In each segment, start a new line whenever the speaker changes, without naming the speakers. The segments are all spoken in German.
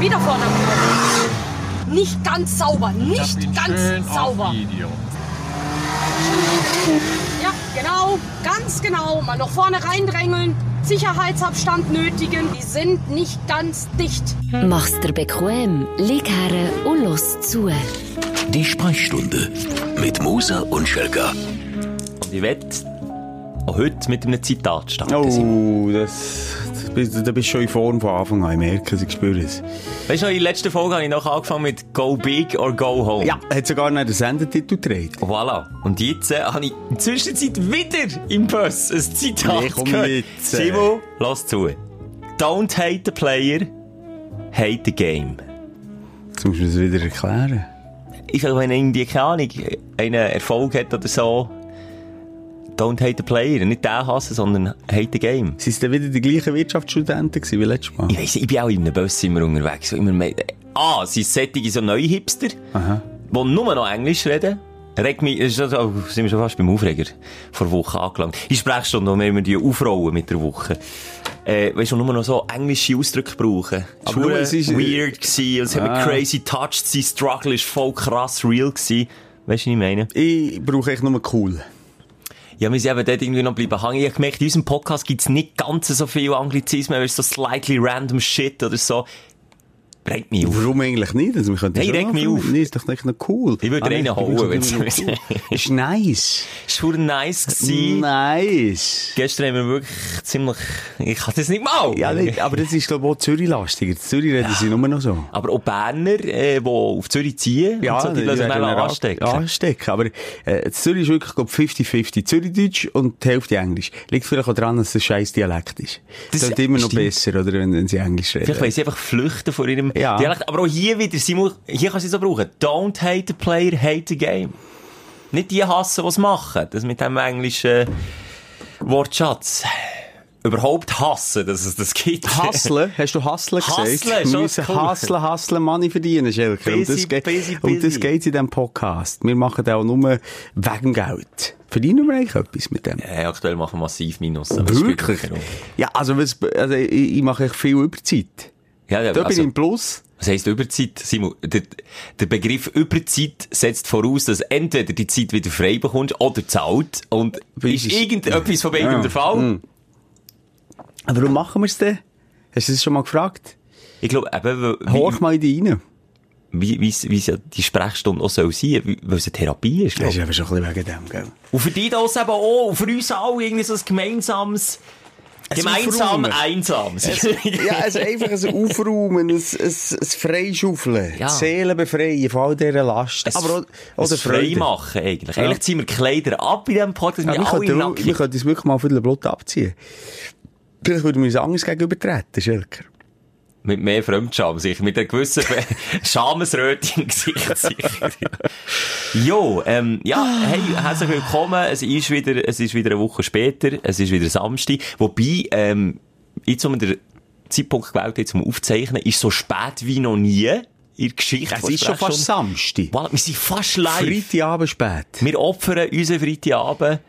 Wieder vorne am Boden. Nicht ganz sauber, nicht
Hab ihn
ganz
schön
sauber.
Auf Video.
Ja, genau, ganz genau. Mal noch vorne reindrängeln, Sicherheitsabstand nötigen. Die sind nicht ganz dicht.
Mach's dir bequem, lieg her und los zu.
Die Sprechstunde mit Musa und Schelga.
Und ich wette auch heute mit einem Zitat starten.
Oh, das, das, bist- da bist du schon in Form von Anfang an. Ich merke es, ich spüre es.
Weißt du, noch, in der letzten Folge habe ich noch angefangen mit Go Big or Go Home.
Ja, hat sogar noch den Sendetitel gedreht.
Voilà. Und jetzt äh, habe ich in der Zwischenzeit wieder im Bus ein Zitat
Nee, komm
gehört.
jetzt, äh.
Simon, lass zu. Don't hate the player, hate the game.
Jetzt musst du es wieder erklären.
Ich sage, wenn irgendwie, keine Ahnung, einen Erfolg hat oder so, don't hate the player. Nicht den hassen, sondern hate the game.
Sind es dann wieder die gleichen Wirtschaftsstudenten gewesen wie letztes Mal?
Ich weiss, ich bin auch in einem Bus immer unterwegs. wo Immer mehr, ah, es sind solche so neue Hipster,
Aha.
die nur noch Englisch reden. Regt mich, ist das, oh, sind wir schon fast beim Aufreger vor Woche angelangt. Ich spreche schon noch, wenn wir die aufrollen mit der Woche. Äh, weißt du, nur noch so englische Ausdrücke brauchen.
Aber nur, es
ist
ist- äh,
hure weird gewesen, es hat
Ah.
mich crazy touched, sein Struggle ist voll krass real gewesen. Weißt du, was ich meine?
Ich brauche echt nur cool.
Ja, wir sind eben dort irgendwie noch bleiben hängen. Ich hab gemerkt, in unserem Podcast gibt's nicht ganz so viel Anglizismen, weil so slightly random shit oder so. Bringt mich auf.
Warum eigentlich nicht? Also, wir könnten
Nein,
schon
regt mich
anfangen.
auf.
Nein, ist doch nicht noch cool.
Ich würde
Ah, nein,
einen holen,
ich bin
wenn's-
schon wieder cool. Ist nice.
Ist war nice gewesen.
Nice.
Gestern haben wir wirklich ziemlich, ich hatte es nicht mal.
Ja, nicht, aber das ist, glaube ich, auch Zürich-lastiger. In Zürich reden sie nur noch so.
Aber auch Berner, äh, die auf Zürich ziehen, und so, die lassen sich
werden
dann
dann
anstecken.
an- Anstecken, aber äh, in Zürich ist wirklich glaub, 50-50. Zürichdeutsch und die Hälfte Englisch. Liegt vielleicht auch daran, dass es ein scheiß Dialekt ist.
Das
Das ist immer noch
stimmt.
besser, oder, wenn, wenn sie Englisch reden.
Vielleicht wollen sie einfach flüchten vor ihrem
Ja.
Dialekt. Aber auch hier wieder, Simon, hier kannst du es so brauchen. Don't hate the player, hate the game. Nicht die hassen, die es machen. Das mit dem englischen Wortschatz. Überhaupt hassen, dass es das gibt.
Hasseln, hast du Hasseln gesagt?
Hasseln, schon
Wir müssen
cool.
Hasseln, Hasseln, Money verdienen, Schelker. Und
Busy,
das, geht,
busy,
und das
busy.
geht in diesem Podcast. Wir machen das auch nur wegen Geld. Verdienen wir eigentlich etwas mit dem?
Hey, Äh, aktuell machen wir massiv Minus. aber das spielt
Wirklich?
keine Rolle.
Ja, also, was, also ich, ich mache echt viel Überzeit.
Ja, ja,
Da bin
also,
ich im Plus.
was heisst Überzeit? Simon, der, der Begriff Überzeit setzt voraus, dass entweder die Zeit wieder frei bekommst oder zahlt. Und
Bei uns
ist
ist-
irgendetwas von beidem
Ja. Mhm.
der Fall?
Aber warum machen wir es denn? Hast du das schon mal gefragt?
Ich glaube, eben, weil-
Hoch mal in die rein.
wie, wie, wie es ja die Sprechstunde auch soll sein, wie- weil es eine Therapie ist, glaub
Das
ich.
ist aber schon ein bisschen wegen dem, gell?
Und für die da draussen eben auch, und für uns alle irgendwie so ein gemeinsames, gemeinsam
Aufräumen.
einsames.
Ja, also einfach ein Aufräumen, ein, ein, ein Freischaufeln,
Ja.
die Seelen befreien von all dieser Last. aber auch, auch der Freude.
machen, eigentlich.
Ja.
Eigentlich ziehen wir die Kleider ab in diesem Podcast,
Ja,
wir
wir,
alle
könnten, wir
nackig.
könnten uns wirklich mal von der Blut abziehen. Vielleicht würden wir uns anders gegenüber treten, Schelker.
Mit mehr Fremdscham, sicher. Mit einer gewissen Be- Schamesröte im Gesicht, sicher. jo, ähm, ja, hey, herzlich willkommen. Es ist wieder, es ist wieder eine Woche später. Es ist wieder Samstag. Wobei, ähm, jetzt, wo wir den Zeitpunkt gewählt haben, zum Aufzeichnen, ist so spät wie noch nie in der Geschichte.
Es
von
ist schon fast
Sprechstunde.
Samstag.
Voilà, um- wir sind fast live.
Freitagabend spät.
Wir opfern unseren Freitagabend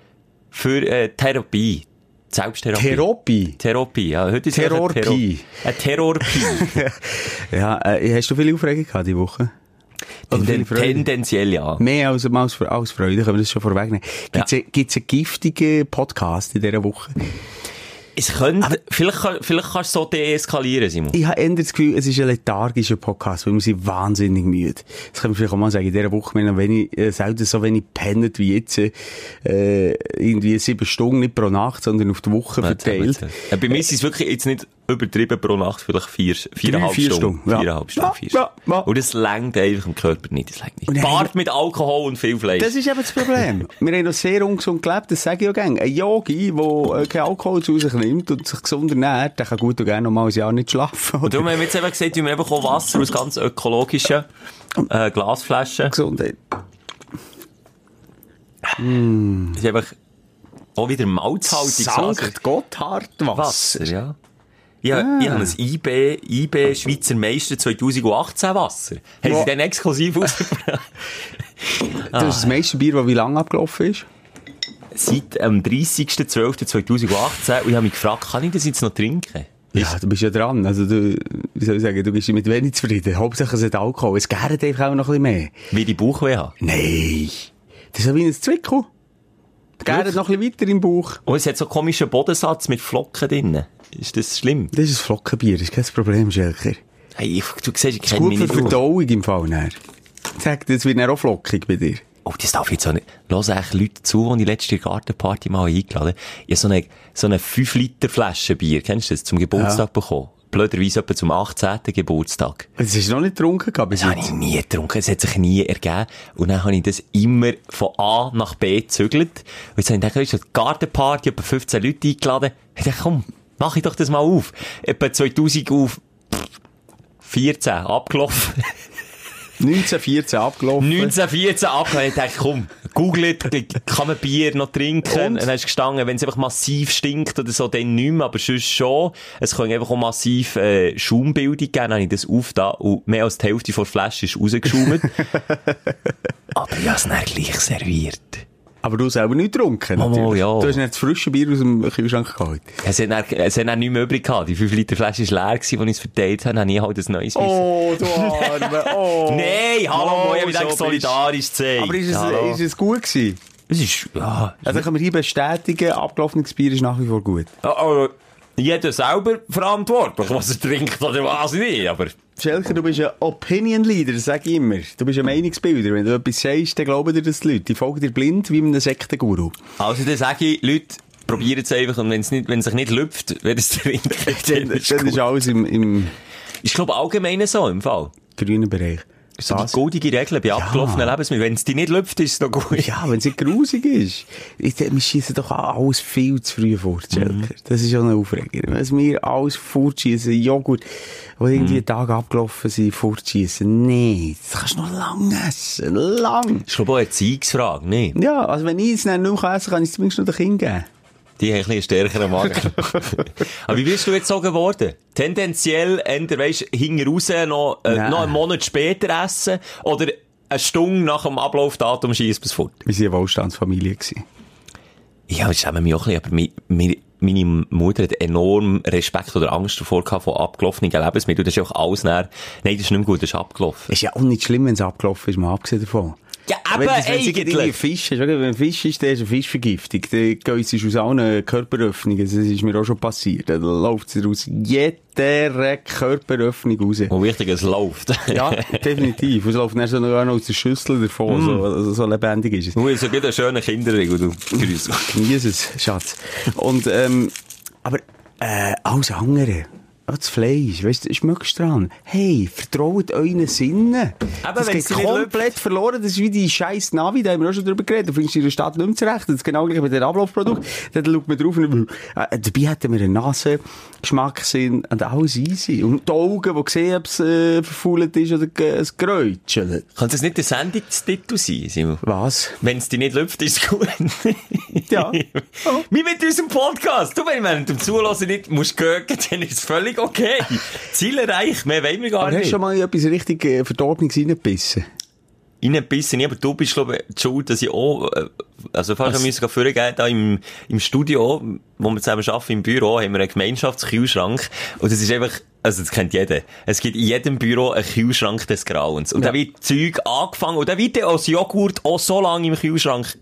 für, äh, Therapie. Selbsttherapie.
Therapie.
Therapie, ja. Heute ist
Terrorpie.
Eine Terrorpie.
Ja, äh, hast du viele Aufregung gehabt diese Woche? Oder
Tenden-
viele Freude?
tendenziell ja.
Mehr als, als, als Freude, können wir das schon vorwegnehmen. Gibt's
Ja.
einen einen giftigen Podcast in dieser Woche?
Es könnte,
Ah,
vielleicht, kann- vielleicht kannst du so deeskalieren, Simon.
Ich habe eher das Gefühl, es ist ein lethargischer Podcast, weil wir sind wahnsinnig müde. Das können wir vielleicht auch mal sagen. In dieser Woche, wir haben wenig, äh, selten so wenig pennt wie jetzt. Äh, irgendwie sieben Stunden, nicht pro Nacht, sondern auf die Woche verteilt.
Ja, bei mir ist es wirklich jetzt nicht übertrieben pro Nacht, vielleicht vier, viereinhalb
vier
Stunden.
Stunden, ja.
Viereinhalb Stunden,
Ja,
vier
ja,
Stunden.
ja.
Und das längt einfach im Körper nicht, das längt
Und
nicht.
dann
Bart
haben
mit Alkohol und viel Fleisch.
Das ist eben das Problem. Wir haben noch sehr ungesund gelebt, das sage ich auch gerne. Ein Yogi, der äh, keinen Alkohol zu sich nimmt und sich gesund ernährt, der kann gut und gerne noch mal ein Jahr nicht schlafen.
und
Oder
darum haben wir jetzt eben gesagt, wie wir einfach auch Wasser aus ganz ökologischen äh, Glasflaschen.
Gesundheit.
Das ist einfach auch wieder malzhaltig.
Sankt Gotthard Wasser.
Wasser, ja. Ich, ah. ich habe ein IB, IB Schweizer Meister 2018 Wasser. Haben
Wo-
sie den exklusiv ausgebracht?
Das
Ah,
ist das meiste Bier, das wie lange abgelaufen ist.
Seit am 30.12.2018 und ich habe mich gefragt, kann ich das jetzt noch trinken?
Ja, du bist ja dran. Nou, Also du, wie soll ich sagen, du bist mit wenig zufrieden. Hauptsache es hat Alkohol. Es gärt einfach auch noch ein bisschen mehr.
Wie die Bauchweh haben.
Nein. Das ist ja wie ein Zwickel. Gärt noch ein bisschen weiter im Bauch.
Und es hat so einen komischen Bodensatz mit Flocken drin. Ist das schlimm?
Das ist ein Flockenbier, ist kein Problem, Schelker.
Hey, ich, du siehst, ich
Ist
kenne
gut
mich
für
nicht aus.
Verdauung im Fall näher. Sag, das wird dann auch flockig bei dir.
Oh, das darf ich jetzt auch nicht. Lass eigentlich Leute zu, die ich letzte Gartenparty mal eingeladen habe. Ich habe so eine, so eine 5-Liter-Flasche Bier, kennst du das, zum Geburtstag bekommen. Blöderweise etwa zum 18. Geburtstag.
Es ist noch nicht getrunken gehabt bis
Das habe ich
jetzt.
nie getrunken, es hat sich nie ergeben. Und dann habe ich das immer von A nach B gezügelt. Und jetzt habe ich gedacht, weisst du, die Gartenparty, etwa 15 Leute eingeladen. Ich dachte, komm, mach ich doch das mal auf. Etwa 2000 auf 14 abgelaufen.
1914 abgelaufen.
1914 abgehauen. ah, Ich dachte, komm, googelt, kann man Bier noch trinken?
Und?
Und dann hast du gestanden, wenn es einfach massiv stinkt oder so, dann nicht mehr, aber sonst schon. Es können einfach auch massiv äh, Schaumbildung geben, dann habe ich das aufgetan und mehr als die Hälfte der Flasche ist rausgeschaumt. aber ich habe es dann gleich serviert.
Aber du selber nicht getrunken.
Mama,
natürlich.
ja.
Du hast nicht das frische Bier aus dem Kühlschrank geholt.
Es hat dann, es hat dann nichts mehr übrig gehabt. Die 5 Liter Flasche war leer, gewesen, als ich es verteilt habe, habe ich halt ein neues müssen.
du Arme. Oh.
Nein, hallo, ich habe mich
so
gedacht,
bist-
solidarisch zu sein.
Aber ist es,
Hallo.
ist es gut gewesen?
es ist, ja,
Also kann man hier bestätigen, abgelaufenes Bier ist nach wie vor gut.
Also, jeder selber verantwortlich, was er trinkt oder was nicht, aber...
Schelker, du bist ein Opinion Leader, sag ich immer. Du bist ein Meinungsbilder. Wenn du etwas sagst, dann glauben dir das die Leute. Die folgen dir blind wie einem Sektenguru.
Also dann sage ich, Leute, probiert es einfach und wenn es nicht, wenn es sich nicht lüpft, wenn es trinkt,
Dann,
dann
dann
ist
ist
gut.
alles im, im
Ist glaube allgemein so im Fall.
grünen Bereich.
So die goldige Regel bei abgelaufenen Lebensmitteln. Wenn es dir nicht lüpft, ist es noch gut.
Ja, wenn sie grusig ist. Ich denke, wir schießen doch alles viel zu früh fort, Schelker. Das ist schon ein Aufreger. Wenn wir alles fortschießen, Joghurt, wo irgendwie Tage abgelaufen sind, fortschießen. Nee, das kannst du noch lang essen. Lang.
Ist glaube auch eine Erziehungsfrage, ne?
Ja, also wenn ich es dann nicht mehr essen kann, kann ich es zumindest noch den Kindern geben.
Die haben ein bisschen stärkeren Magen. aber wie bist du jetzt so geworden? Tendenziell, entweder weisst, hinten raus noch, äh,
Nein.
noch einen Monat später essen oder eine Stunde nach dem Ablaufdatum schießt bis fort.
Wir waren eine Wohlstandsfamilie. Gewesen.
Ja, ich schäme mich auch ein bisschen, aber mi, mi, meine Mutter hat enorm Respekt oder Angst davor gehabt von abgelaufenen Lebensmitteln. Das ist ja auch alles näher. Nein, das ist nicht mehr gut, das ist abgelaufen.
Ist ja auch nicht schlimm, wenn es abgelaufen ist, mal abgesehen davon.
Ja,
Aber
eben,
wenn, wenn sie
eigentlich.
irgendwie Fisch ist, wenn ein Fisch ist, dann ist eine Fischvergiftung. Dann geht es aus allen Körperöffnungen. Das ist mir auch schon passiert. Dann läuft es aus jeder Körperöffnung raus.
Und wichtig, es läuft.
Ja, definitiv. Es läuft dann sogar noch aus der Schüssel davon. So, also so lebendig ist es.
Du hast so gut einen schönen Kinderregel, du. Grüß Gott.
Jesus, Schatz. Und, ähm, aber, äh, alles andere. Auch das Fleisch, weißt du, schmeckst dran. Hey, vertraut euren Sinnen. das
wenn's
geht
dir nicht
komplett verloren. Das ist wie die scheiß Navi, da haben wir auch schon drüber geredet. Du findest in der Stadt nicht mehr zurecht. Das ist genau gleich mit dem Ablaufprodukt. Dann schaut man drauf und äh, dabei hätten wir eine Nase, Geschmackssinn und alles easy. Und die Augen, die sehen, ob es äh, verfault ist oder ge- es geräuschelt.
Kann das nicht der Sendungstitel sein, Simon?
Was?
Wenn es dir nicht läuft, ist es gut.
Ja. Oh.
Wie mit unserem Podcast. Du, wenn man dem Zulassen nicht musst gehen, dann ist es völlig okay. Ziel erreicht, mehr wollen wir gar
Aber hast du
nicht.
schon mal in etwas richtig äh, Verdorbenes reingebissen?
reingebissen. Aber du bist, glaube ich, die schuld, dass ich auch, äh, also fast am müssen vorgehen, da im, im Studio, wo wir zusammen arbeiten, im Büro, haben wir einen Gemeinschaftskühlschrank. Und das ist einfach, also das kennt jeder. Es gibt in jedem Büro einen Kühlschrank des Grauens. Und
Ja.
da wird Zeug angefangen. Und da wird dann auch das Joghurt auch so lange im Kühlschrank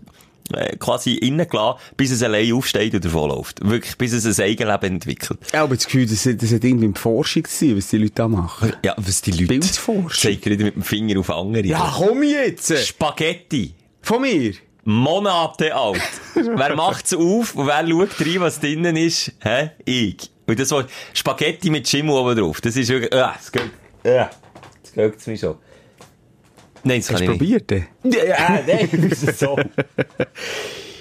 äh, quasi innen gelassen, bis es allein aufsteht und davonläuft. Wirklich, bis es ein Eigenleben entwickelt.
Ja, aber das Gefühl, das, das hat irgendwie eine Forschung zu sein, was die Leute da machen.
Ja, was die Leute...
Bildforschung.
Zeigt wieder mit dem Finger auf andere.
Ja, Ah, komm jetzt!
Spaghetti.
Von mir!
Monate alt. wer macht's auf und wer schaut rein, was drinnen ist? Hä? Ich. Und das war Spaghetti mit Schimmel oben drauf. Das ist wirklich, ah, das geht, ah, das geht's mir schon. Nein, das
Hast
kann
du
ich nicht.
probiert? eh?
Ja,
ey?
ja, nein, das ist so.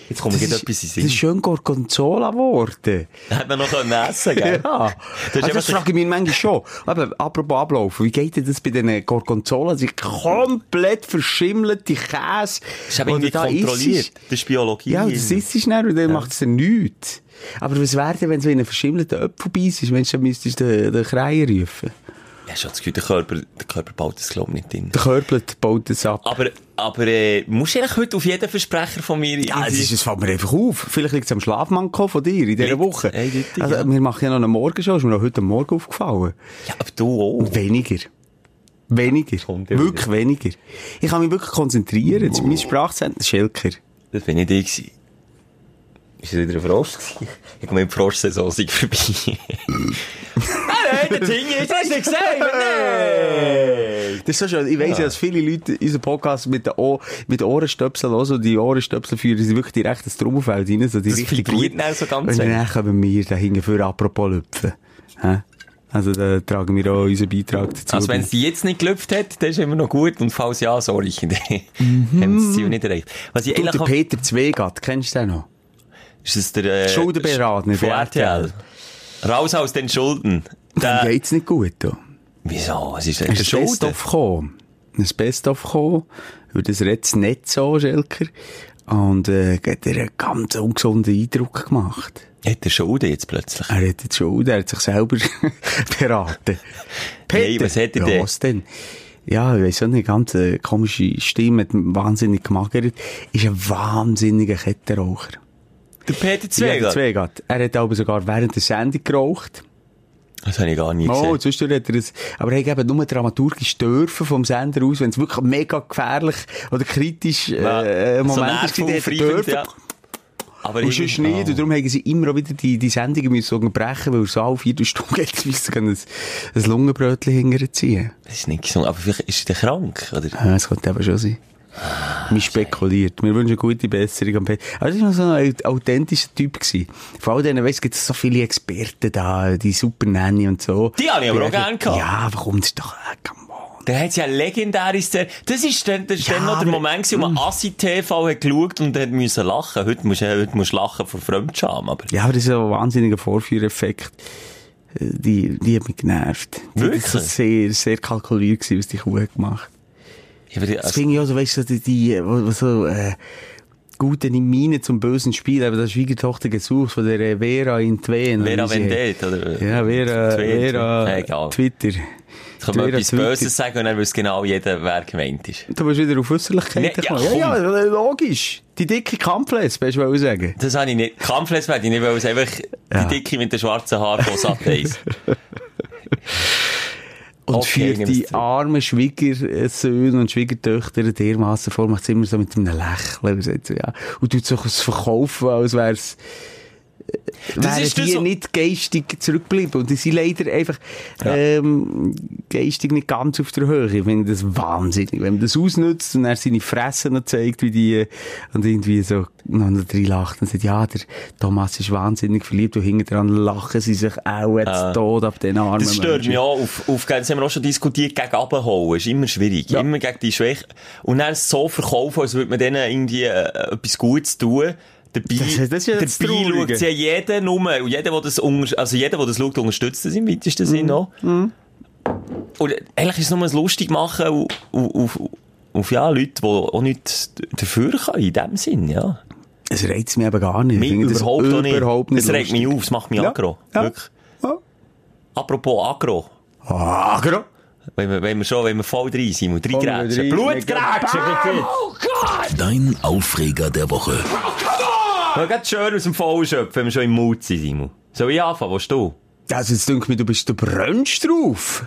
Jetzt kommt mir gerade etwas in
das ist
den Sinn.
schön Gorgonzola geworden.
Hätte man noch können essen
Ja.
gell? Das ist
also das
einfach
frage ich mich manchmal schon. Aber apropos Ablauf, wie geht denn das bei den Gorgonzola? Das sind komplett verschimmelte Käse.
das ist eben
Und
irgendwie
da isst
kontrolliert. Das ist Biologie.
Ja, das ist es dann, und dann macht es dann nichts. Aber was wäre denn, wenn es in einen verschimmelten Apfel beißt? Mensch, dann müsstest du den, den Kreier rufen.
Ja, hast schon das Gefühl, der Körper, der Körper baut das glaube ich nicht drin.
Der Körper baut es ab.
Aber, aber, äh, musst du eigentlich heute auf jeden Versprecher von mir
Ja, es,
irgendwie-
ist, es fällt mir einfach auf. Vielleicht liegt es am Schlafmanko von dir in dieser
Liegt's?
Woche.
Eindeutig,
also,
ja.
Wir machen ja noch eine Morgenshow, ist mir noch heute Morgen aufgefallen.
Ja, aber du auch.
Weniger. Weniger.
Kommt ja
Wirklich weniger. Ich kann mich wirklich konzentrieren. Jetzt ist mein Sprachzentrum Schelker.
Das bin nicht ich gewesen. Ist das wieder ein Frosch gewesen? Ich meine, die Froschsaison sei vorbei. nein, Ah, nein, der Ding ist, hast du nicht gesehen, nein.
Das ist so schön. Ich weiss ja, dass viele Leute unseren Podcast mit den, Ohr, mit den Ohrenstöpseln hören und die Ohrenstöpsel führen sie wirklich direkt ins Trommelfeld rein. So die
Das
richtig
vibriert
gut-
dann so ganz
Und
eng.
dann können wir da hinten für apropos lüpfen. Hä? Also da tragen wir auch unseren Beitrag dazu.
Also wenn es die jetzt nicht gelüpft hat, dann ist immer noch gut. Und falls ja, sorry. Dann haben sie das Ziel nicht erreicht. Was ich
du, der
eigentlich... auch-
Peter Zwegat, kennst du den noch?
Ist das der... Äh,
Schuldenberater
von
von
RTL? Raus aus den Schulden.
Dem
Der,
geht's nicht gut. Da.
wieso? Was ist
Es
denn
ist ein Best-of gekommen. Ein Best-of gekommen. Über das redet es nicht so, Schelker. Und äh, hat er einen ganz ungesunden Eindruck gemacht.
Hat der Schulden jetzt plötzlich?
Er hat jetzt schon, er hat sich selber beraten.
Hey, was hat er
ja,
denn?
was denn? Ja, ich weiss auch nicht, ganz äh, komische Stimme, hat wahnsinnig gemagert. Ist ein wahnsinniger Kettenraucher.
Der Peter
Ja,
Zweger?
Zwegat. Er hat aber sogar während der Sendung geraucht.
Das habe ich gar nie
Oh,
gesehen.
sonst hat er es. Aber er hat eben nur dramaturgisch dürfen vom Sender aus, wenn es wirklich mega gefährlich oder kritisch
Ja,
äh, äh,
so
Moment ist, die hat er
nervenaufreibend,
dürfen.
Also ja. Aber Ah.
Und sonst
irgendwie-
nicht. Und darum haben sie immer auch wieder die, die Sendungen müssen so brechen, weil so alle vier Stunden jetzt müssen sie können ein, ein Lungenbrötchen hinterziehen.
Das ist nicht gesund. Aber vielleicht ist der krank, oder?
Ja, das könnte eben schon sein.
Ah,
Wir spekuliert. Wir wünschen gute Besserung am Peter. Aber das war so ein authentischer Typ. Gewesen. Vor all denen, weißt du, gibt es so viele Experten da, die Super Nanny und so.
Die habe ich aber auch gerne gehabt.
Ja, warum das ist doch, äh, come on.
Der hat ja legendäre Szenen. Das ist dann, das ist
Ja,
dann noch der
aber-
Moment gewesen, wo man Assi-TV hat geschaut und hat müssen lachen. Heute musst du, heute musst du lachen vor Fremdscham, aber.
Ja, aber das ist ja ein wahnsinniger Vorführeffekt. Äh, Die, die hat mich genervt. Die-
Wirklich?
Das war sehr, sehr kalkuliert, gewesen, was die Kuh hat gemacht
Ich würde-
Das
also,
finde ich auch so, weißt du, so die, die äh, wo- wo so, äh, gute Miene zum bösen Spiel, aber das Schwiegertochter gesucht von der äh, Vera in Twen.
Vera
oder wie sie
Vendette, oder?
heißt. Ja, Vera,
Twen, Twen.
Vera,
Egal.
Twitter.
Jetzt kann man
Vera
etwas
Twitter.
Böses sagen und dann weiß genau jeder, wer gemeint ist.
Du bist wieder auf Äußerlichkeiten
Nee, Ne, ja,
gekommen. ja, ja, logisch. Die dicke Kampfles, weißt du, was ich sagen.
Das habe ich nicht. Kampfles hätte ich nicht, weil es einfach
Ja.
die Dicke mit den schwarzen Haaren von Sat 1.
Und
Okay, nehmen
führt
wir's
die
zurück.
armen Schwiegersöhne und Schwiegertöchter dermassen vor, macht es immer so mit einem Lächeln. so jetzt, Ja. Und tut so es verkaufen, als wär's, äh,
Das
wären
ist das
die
so-
nicht geistig zurückgeblieben. Und die sind leider einfach, ähm, geistig nicht ganz auf der Höhe. Ich finde das wahnsinnig. Wenn man das ausnutzt und er seine Fressen noch zeigt, wie die, äh, und irgendwie so noch drin lacht und sagt, ja, der Thomas ist wahnsinnig verliebt und hinten dran lachen sie sich auch jetzt tot ab den Armen.
Ah. Das stört
Menschen.
mich auch. Auf, auf, das haben wir auch schon diskutiert, gegen abholen. Ist immer schwierig.
Ja.
Immer gegen die Schwäche. Und dann so verkaufen, als würde man denen irgendwie äh, etwas Gutes tun. Dabei,
Das- das ist ja das
dabei
Traurige.
schaut ja jeder nur. Und jeder, der das, unter- also jeder, der das schaut, unterstützt das im weitesten
Mhm.
Sinn auch. Und eigentlich ist es nur ein lustig machen auf, auf, auf ja, Leute, die auch nichts dafür können, in dem Sinn, ja.
Es reizt mich eben gar nicht. Ich
Mich
finde das
überhaupt auch nicht.
überhaupt nicht
Es regt
lustig.
mich auf, es macht mich
Ja.
aggro.
Ja.
Wirklich.
Ja.
Apropos aggro.
Ah, genau.
Wenn wir, wenn wir schon, wenn wir voll drin sind, und drei
Voll
Grätschen.
drin,
Blutgrätschen!
Dein Aufreger der Woche.
Wir gehen schön aus dem Fall schöpfen, wenn wir schon im Mut sind, Simon. Soll ich anfangen? Willst du?
Also jetzt denke mir, du bist, du brennst drauf.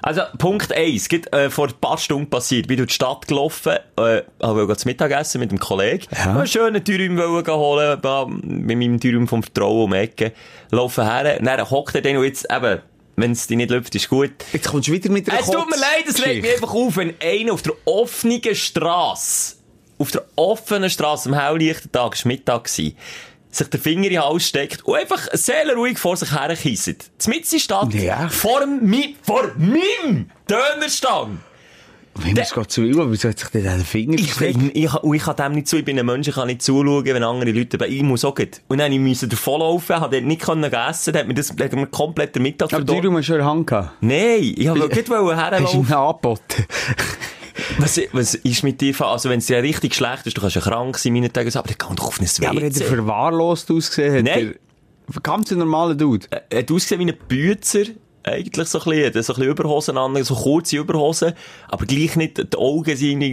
Also, Punkt eins Geht, äh, vor ein paar Stunden passiert. Bin durch die Stadt gelaufen, äh, habe gerade zu Mittag essen mit einem Kollegen. Ja. Einen schönen Türraum wollen gehen holen, da mit meinem Türraum vom Vertrauen um die Ecke. Laufen her, und dann hockt er den und jetzt eben, wenn es dich nicht läuft, ist gut.
Jetzt kommst du wieder mit der
Es tut mir leid, es regt mich einfach auf, wenn einer auf der offenen Straße, auf der offenen Straße, am helllichten Tag, es war Mittag, gewesen, sich den Finger in den Hals steckt und einfach seelenruhig vor sich herkisset. Mitten in Stadt,
Ja.
vor, mi, vor meinem Dönerstang.
Wenn es Gott zu will, aber wieso hat sich denn der Finger
Ich, ich, ich, und ich kann dem nicht zu, ich bin ein Mensch, ich kann nicht zuschauen, wenn andere Leute, aber ich muss auch gleich. Und dann musste ich davonlaufen, habe dort nicht können essen, dann hat mir das, hat mir komplett den Mittag
Aber du
verdorben.
hast schon in der Hand gehabt.
Nein, ich wollte nicht
Hast
herlaufen.
du ihm angeboten?
Was, was ist mit dir? fa- Also, wenn es dir richtig schlecht ist, du kannst ja krank sein, meinetwegen, und so, aber dann geh doch auf ein WC.
Ja, aber hat er verwahrlost ausgesehen? Hat
äh, Nein. äh,
er- Ganz ein normaler Dude.
Er hat ausgesehen wie ein Bützer, eigentlich so ein bisschen, so ein bisschen Überhosen an, so kurze Überhosen, aber gleich nicht, die Augen sind gleich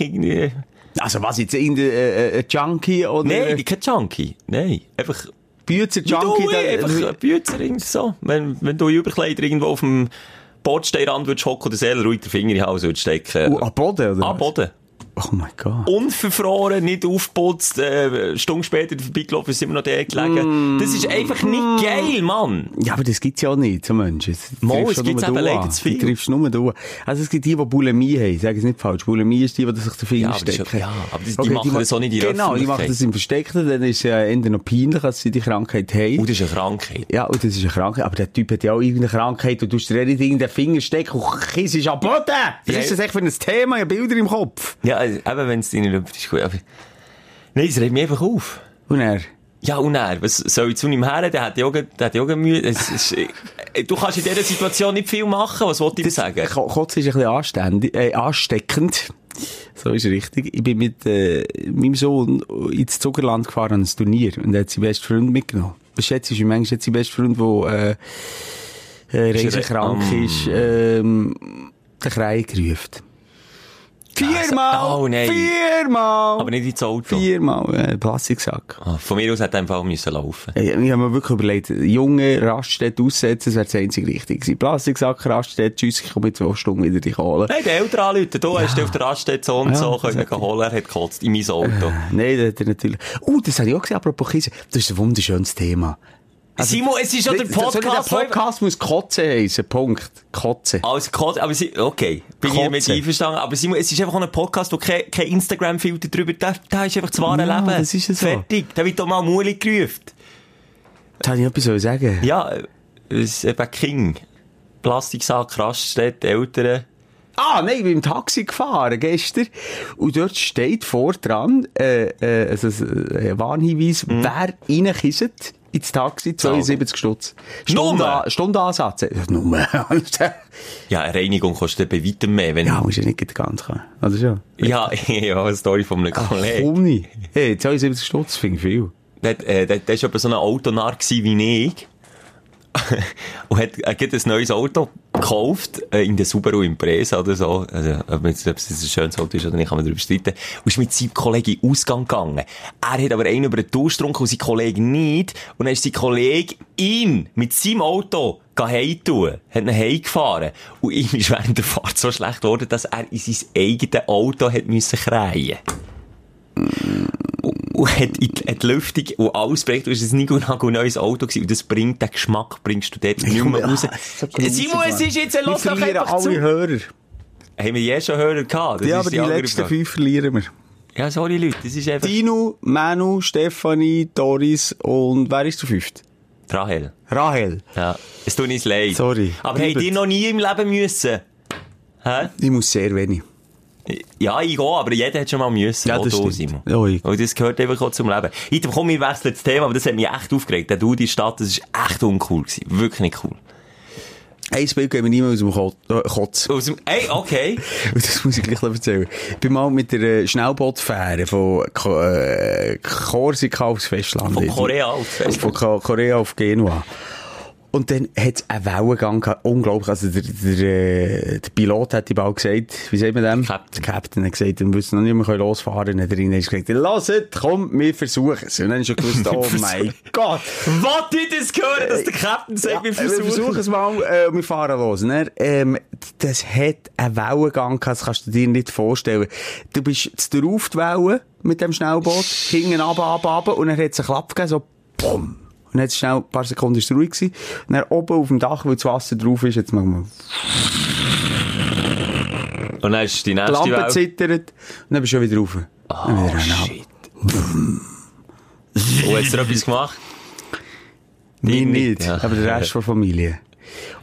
irgendwie...
Also was jetzt, in äh, äh, Junkie oder
Nein,
nee,
die- kein Junkie. Nein, einfach...
Büzer-Junkie?
Junkie, da, einfach äh, ein Büzer, irgendwie so. Wenn, wenn du in Überkleider irgendwo auf dem Bordsteinrand würdest hocken oder selber ruhig den Finger in den Hals würdest stecken.
Oh, am Boden, oder
Am
was?
Boden.
Oh mein Gott.
Unverfroren, nicht aufgeputzt, äh, eine Stunde später vorbeigelaufen, sind wir noch da gelegen. Das ist einfach nicht geil, Mann.
Ja, aber das gibt's ja auch nicht, so Menschen. Das
Mal,
triffst
es
schon
gibt's
nur du
eben
an.
leider zu viel.
Du triffst nur du an. Also es gibt die, die Bulimie haben, sag es nicht falsch. Bulimie ist die, die sich den Finger
Ja, aber das ist ja-
stecken.
ja, aber das- die machen
ma-
das auch nicht in der
Genau, die machen
Öffentlichkeit.
das im Versteckten, dann ist es ja eher noch peinlich, als sie die Krankheit haben.
Oh, das ist eine Krankheit.
ja, und das ist eine Krankheit, aber der Typ hat ja auch irgendeine Krankheit und du hast dir nicht irgendeinen Finger stecken und Kiss ist am Boden! Was
Ja.
ist das echt für ein Thema? Ich habe Bilder im Kopf.
Ja, also, eben wenn es dir nicht jemand ist, gut. Aber... Nein, es regt mich einfach auf.
Und er,
Ja, und er, was soll ich zu ihm her? Der hat ja auch, der hat ja auch Mühe. Es, es, äh, du kannst in dieser Situation nicht viel machen, was wollte ich ihm sagen?
Ko- Kotze ist ein bisschen anständig, äh, ansteckend. So ist richtig. Ich bin mit äh, meinem Sohn ins Zuckerland gefahren an ein Turnier und er hat seinen besten Freund mitgenommen. Was schätzt du, ist manchmal jetzt sein bester Freund, der äh, äh,
Ist er-
reisekrank
ähm,
ist, ähm, den Krei gerufen. Viermal!
Also- oh, nein.
Viermal!
Aber nicht ins Auto.
Viermal, äh, Plastiksack.
Ah, von mir aus hätte er einfach müssen laufen.
Ey, Ich habe mir wirklich überlegt, junge Raststätte aussetzen, das wäre das einzige Richtige gewesen. Plastiksack, Raststätte, tschüss, ich komme in zwei Stunden wieder dich holen.
Nein, die Eltern anrufen, du hast dich auf der Raststätte so und
Ja,
so
das
können
hätte-
holen, er hat gekotzt in mein Auto.
Nein, das hat er natürlich. Uh, das habe ich auch gesehen, apropos Kissen. Das ist ein wunderschönes Thema.
Simon, es ist ja der
Nein, sorry,
Podcast,
Der Podcast muss Kotze heissen, Punkt. Kotze.
Also, Kot- aber sie, okay, bin ich damit
Kotzen.
einverstanden, aber Simon, es ist einfach auch ein Podcast, wo kein, kein Instagram-Filter drüber, da, da ist einfach das wahre
Ja,
Leben.
das ist ja so.
Fertig, da wird doch mal Muli gerufen.
Da habe ich etwas zu sagen.
Ja, äh, es ist eben King. Plastiksack, Raststätte, Eltern.
Ah, nein, ich bin im Taxi gefahren gestern. Und dort steht vor dran, äh, äh, also, äh, Warnhinweis,
Mhm.
wer reinkisset ins Taxi, 72 Stutz. Stunde,
Nummer?
Stundenansatz. Ja, Nummer.
Ja, eine Reinigung kostet bei weitem mehr, wenn...
ja, musst ja nicht ganz kommen. Oder schon?
ja, ja, eine Story von einem Kollegen.
Komm Hey, 72 Stutz finde ich viel.
Der, äh, der, der war etwa so ein Autonar gewesen wie ich. und hat, er hat ein neues Auto gekauft, äh, in der Subaru Impresa oder so. Also, ob man jetzt- ob es jetzt ein schönes Auto ist oder nicht, kann man darüber streiten. Und ist mit seinem Kollegen in den Ausgang gegangen. Er hat aber einen über den Tausch getrunken und sein Kollege nicht. Und dann ist sein Kollege ihn mit seinem Auto heimtun. Hat ihn heimgefahren. Und ihm ist während der Fahrt so schlecht geworden, dass er in sein eigenes Auto hat müssen kreien und hat in die, hat die Lüftung und alles bringt, und es ist ein Nico Nago neues Auto gewesen, und das bringt, den Geschmack bringst du dort nicht mehr raus. Simon, es ist jetzt ein
Wir
Los, doch
verlieren
einfach
alle
zu. Haben
Hörer.
wir je schon Hörer gehabt? Das
Ja,
ist
aber die
andere
letzten
Frage.
fünf verlieren wir.
Ja, sorry Leute, das ist einfach...
Dino, Manu, Stefanie, Doris und wer ist der fünfte?
Rahel.
Rahel.
Ja, es tut uns leid.
Sorry.
Aber hey,
Bleibt.
die noch nie im Leben müssen. Hä?
Ich muss sehr wenig.
Ja, ich auch, aber jeder hat schon mal müssen.
Ja,
Auch
das
du,
stimmt.
Simon.
Ja, ich.
Und das gehört einfach auch zum Leben. Item, komm, wir wechseln das Thema, aber das hat mich echt aufgeregt. Der Dude in der Stadt, das ist echt uncool gewesen. Wirklich nicht cool.
Ein Spiel geben wir niemand aus dem Kot- äh, Kotz.
Aus dem, ey, okay.
Und Das muss ich gleich noch erzählen. Ich bin mal mit der äh, Schnellbootfähre von Ko- äh, Korsika aufs Festland.
Von Korea auf
Von Ko Korea auf Genua. Und dann hat es einen Wellengang gehabt. Unglaublich. Also, der, der, äh, der Pilot hat die bald gesagt, wie sagt man dem?
Captain.
Der Captain hat gesagt, wir wissen noch nicht, wir können losfahren. Und drin ist gesagt, lasst, komm, wir versuchen es. Und dann ist schon gewusst, oh mein Gott.
Was ich das gehört, dass der Captain sagt, wir
Wir versuchen
versuchen.
es mal, äh, wir fahren los. Ne? Ähm, das hat einen Wellengang gehabt, das kannst du dir nicht vorstellen. Du bist zu der Aufwelle mit dem Schnellboot, hingen ab, ab, ab, und dann hat es einen Klapp gegeben, so, bumm. Und jetzt schnell, ein paar Sekunden ist es ruhig gewesen. Und dann oben auf dem Dach, weil das Wasser drauf ist, jetzt machen wir,
Und dann ist die
die
nächste
Lampe
Welt.
zittert, und dann bist du schon wieder rauf. Dann wieder
Oh,
rein, ab.
shit. Und jetzt hat er etwas gemacht.
Wir
Nicht,
nicht,
ja.
aber der Rest der Familie.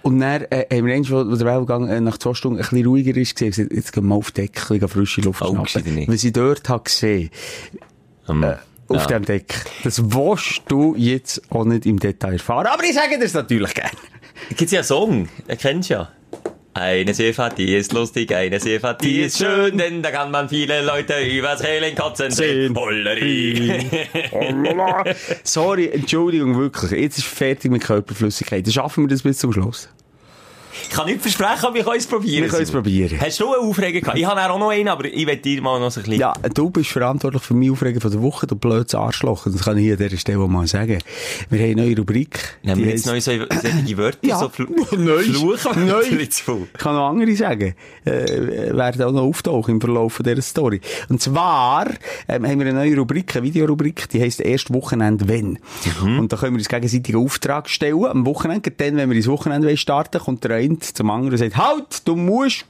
Und dann äh, haben wir eins, wo, wo der Wellengang äh, nach zwei Stunden ein bisschen ruhiger ist, gesehen, gesagt, jetzt gehen wir auf die Decke, gehen frische Luft
Oh, gescheiter
schnappen.
nicht.
Was ich dort habe gesehen,
Ähm,
äh, auf
ja.
dem Deck, das willst du jetzt auch nicht im Detail erfahren. Aber ich sage dir das natürlich gerne.
Gibt's ja einen Song? Den kennst du ja. Eine Seefahrt, die ist lustig, eine Seefahrt, die ist schön, denn da kann man viele Leute übers Helen kotzen sehen. Hollerie.
Sorry, Entschuldigung, wirklich. Jetzt ist fertig mit Körperflüssigkeit. Dann schaffen wir das bis zum Schluss.
Ich kann nicht versprechen, aber wir können es probieren.
Wir können es
Simon.
probieren.
Hast du einen Aufreger gehabt? Ich habe auch noch einen, aber ich will dir mal noch so ein bisschen...
Ja, du bist verantwortlich für meine Aufregung von der Woche, du blödes Arschloch. Das kann ich hier an dieser Stelle mal sagen. Wir haben eine neue Rubrik.
Haben wir
Die
jetzt
heisst-
neue so, solche Wörter,
Ja.
so fl
Neu.
Fluchen?
Neu.
Ein bisschen zu viel.
Ich kann noch andere sagen, äh, werden auch noch auftauchen im Verlauf von dieser Story. Und zwar ähm, haben wir eine neue Rubrik, eine Videorubrik, die heisst «Erst Wochenende wenn».
Mhm.
Und da können wir uns gegenseitig einen Auftrag stellen. Am Wochenende, gerade dann, wenn wir ins Wochenende wollen starten kommt der eine zum anderen und sagt «Halt, du musst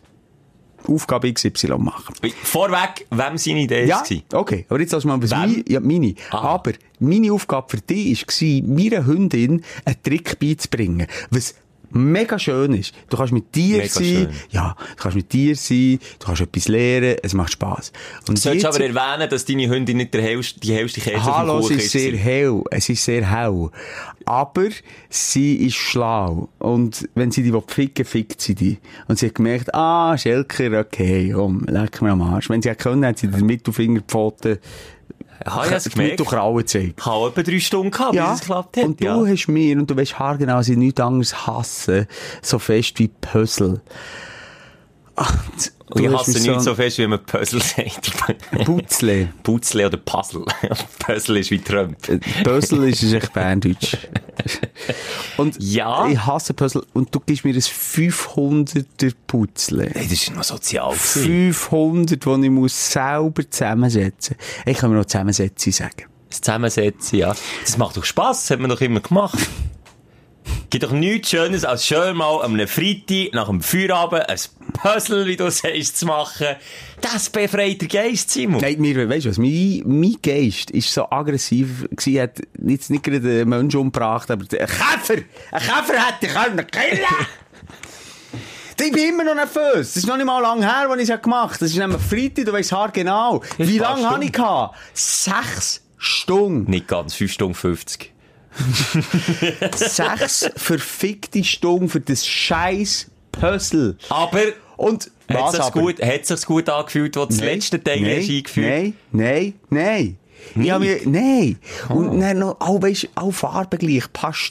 Aufgabe XY machen».
Vorweg, wem seine Idee
Ja,
war?
okay. Aber jetzt lass mal was
Wem?
meine, ja, meine.
Ah.
Aber meine Aufgabe für dich war, meiner Hündin einen Trick beizubringen. Was mega schön ist. Du kannst mit dir
Mega
sein.
schön.
Ja, du kannst mit dir sein. Du kannst etwas lernen. Es macht Spass. Und
Du solltest
jetzt-
aber erwähnen, dass deine Hündin nicht der hellste, die hellste Käse
Hallo,
auf
es
dem Kuchen
ist sehr hell, es ist sehr hell. Aber sie ist schlau. Und wenn sie die will ficken, fickt sie die. Und sie hat gemerkt, ah, Schelker, okay, komm, leck mir am Arsch. Wenn sie hätte können, hat sie den Mittelfinger gepfoten.
Ah, ich hab's
die
gemerkt.
Mittelkralle gezeigt.
Ich habe etwa drei Stunden gehabt, bis es geklappt hat.
Und du
ja.
hast mir, und du weißt haargenau, sie nichts anderes hassen, so fest wie Puzzle. Und
Und ich hasse
mich
nicht so fest, wie man Puzzle sagt.
Putzle.
Puzzle oder Puzzle. Puzzle ist wie Trump.
Puzzle ist echt Berndeutsch. Und
Ja.
ich hasse Puzzle. Und du gibst mir ein 500er Puzzle.
Hey, das war noch sozial. gewesen.
500, die ich muss selber zusammensetzen muss. Ich kann mir noch zusammensetzen sagen.
Das Zusammensetzen, ja. Das macht doch Spass, das hat man doch immer gemacht. Gibt doch nichts Schönes, als schön mal an einem Freitag nach dem Feierabend ein Puzzle, wie du sagst, zu machen. Das befreit den Geist, Simon.
Nein, mir, weißt du was? Mein, mein Geist ist so aggressiv gewesen, hat jetzt nicht gerade einen Menschen umgebracht, aber ein Käfer! Ein Käfer hätte ich können killen! Ich bin immer noch nervös. Das ist noch nicht mal lang her, als ich es gemacht habe. Das ist nämlich Freitag, du weißt haargenau.
ist
Wie
ein paar
lange
Stunden.
habe ich gehabt? Sechs Stunden.
Nicht ganz, 5 Stunden 50.
Sechs verfickte Stunden für das scheiß Puzzle.
Aber,
Und
hat
was
sich's
aber?
gut, hat sich's gut angefühlt, als du das
Nein,
letzte Teil
nein,
hast eingeführt
Nein, nein, nein. Ich hab mir, nein.
Oh.
Und dann noch, all, weisst, all Farben gleich.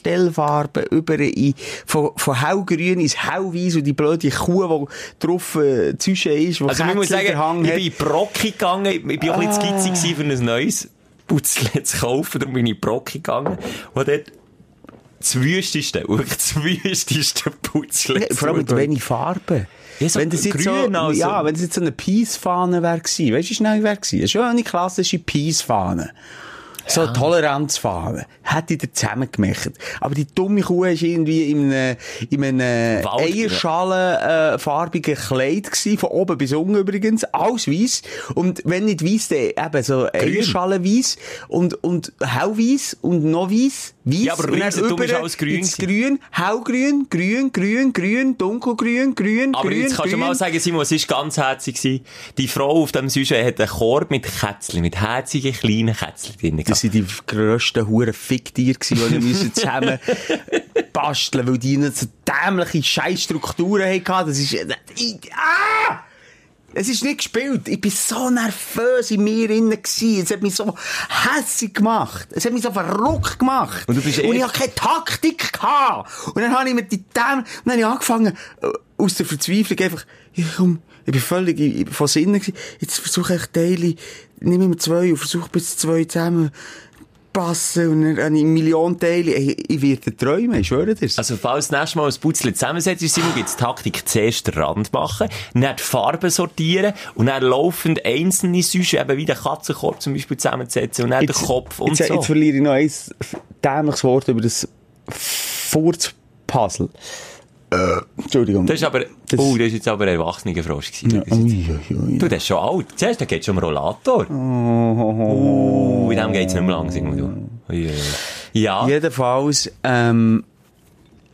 Pastellfarben über in, von, von hellgrün ins hellweiss und die blöde Kuh, die drauf, äh, Züsche ist, die
Also, ich muss sagen,
Hang
ich
hat. Ah.
bin in Brocki gegangen. Ich ich bin auch ein bisschen zu geizig gewesen, für ein neues Putzle zu kaufen. Darum bin ich in Brocki gegangen. Und dort das wüsteste, wirklich das wüsteste Putzle.
Ja, vor allem mit
zugebracht.
wenig Farben.
Ja, so
das jetzt
grün
so,
also.
Ja, wenn das jetzt so eine Peace-Fahne wäre gewesen. Weißt du, wie schnell ich wäre gewesen? Eine schöne, klassische Peace-Fahne. So eine Toleranzfahne. Hätte ich da zusammengemacht. Aber die dumme Kuh ist irgendwie in einem, in einem
Wald,
Eierschalen, äh, farbigen Kleid gewesen. Von oben bis unten übrigens. Alles weiss. Und wenn nicht weiss, dann eben so Eierschalenweiss. Und, und hellweiss. Und noch weiss. Weiss.
Ja, aber
Und dann
ringsum
über
ist alles grün
ins
gewesen.
Grün, hellgrün, grün, grün, grün, dunkelgrün, grün,
Aber
grün,
jetzt kannst
grün.
du mal sagen, Simon, es war ganz herzig. gewesen. Die Frau auf dem Sujet hat einen Korb mit Kätzchen, mit herzigen kleinen Kätzchen drin. gehabt.
das sind die grössten Huren Ficktiere gewesen, die wir müssen zusammen basteln, weil die nicht so dämliche Scheißstrukturen hatten. Das ist, äh, ich, ah! Es ist nicht gespielt. Ich bin so nervös in mir innen gewesen. Es hat mich so hässig gemacht. Es hat mich so verrückt gemacht.
Und du bist
ich
echt-
habe keine Taktik gehabt. Und dann habe ich mir die Däm, und dann habe ich angefangen, äh, aus der Verzweiflung einfach, ich komm, ich bin völlig i- i- von Sinnen gewesen. Jetzt versuche ich Daily, nehme mir zwei und versuche bis zwei zusammen passen und dann habe ich Millionen Teile. Ich, ich werde träumen, ich schwöre dir's.
Also, falls du nächstes Mal ein Putzle zusammensetzt, Simon, gibt's die Taktik zuerst den Rand machen, dann die Farben sortieren und dann laufend einzelne Säuschen, eben wie den Katzenkorb zum Beispiel zusammensetzen und dann den Kopf und
jetzt,
so.
Jetzt verliere ich noch ein dämliches Wort über das Furzpuzzle. Äh, Entschuldigung.
das ist aber,
Das-
oh, das ist jetzt aber ein erwachsener Frosch gewesen.
Ja,
Das ist jetzt-
ui, ui, ui.
Du, der ist schon alt. Siehst du, der geht schon um Rollator. Oh, in dem geht's nicht mehr lang, Simon, du. Ui, ui, ui. Ja, ja,
Jedenfalls, ähm,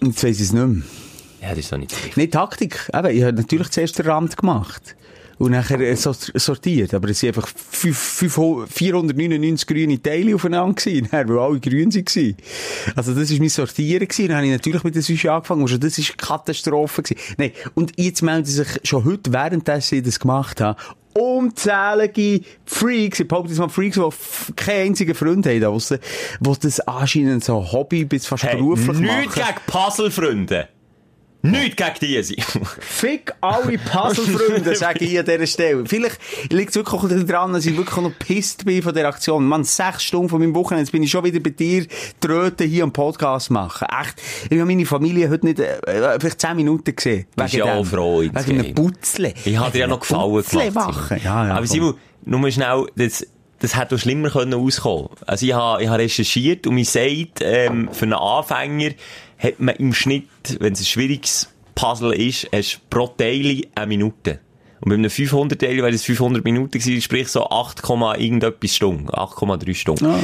jetzt weiss ich es nicht mehr.
das ist doch nicht so richtig.
Nicht Taktik. Eben, ich habe natürlich zuerst den Rand gemacht. Und nachher äh, so- sortiert. Aber es waren einfach fünf- fünf- 499 grüne Teile aufeinander, gewesen, nachher, weil alle grün waren. Also das war mein Sortieren. Gewesen. Dann habe ich natürlich mit der Sushi angefangen. Und schon das war eine Katastrophe. Gewesen. Nein, und jetzt melden sich schon heute, während ich das gemacht habe, unzählige Freaks, ich behaupte jetzt mal Freaks, die f- keinen einzigen Freund haben draussen, die das anscheinend so Hobby bis fast
Hey,
beruflich
nichts
machen.
gegen Puzzle-Freunde. Nichts gegen die Simon.
Fick alle Puzzlefreunde, sage ich an dieser Stelle. Vielleicht liegt es wirklich auch ein bisschen dran, dass ich wirklich auch noch pisst bin von der Aktion. Mann, sechs Stunden von meinem Wochenende, jetzt bin ich schon wieder bei dir, Tröten hier am Podcast machen. Echt, ich habe meine Familie heute nicht, äh, äh, vielleicht zehn Minuten gesehen.
Bist
Wegen
ja auch
dem.
froh
Wegen
jetzt,
einem
gell?
Putzle.
Ich habe dir ja
Wegen
noch gefallen
einem
gemacht.
Putzle
Simon.
machen. Ja, ja,
Aber Simon, nur mal schnell, das, das hätte auch schlimmer können auskommen Also ich habe, ich habe recherchiert und mir sagt, ähm, für einen Anfänger hat man im Schnitt, wenn es ein schwieriges Puzzle ist, hast du pro Teil eine Minute. Und bei einem 500 Teil wäre es 500 Minuten gewesen, sprich so 8, Komma irgendetwas Stunden, 8,3 Stunden.
Ah.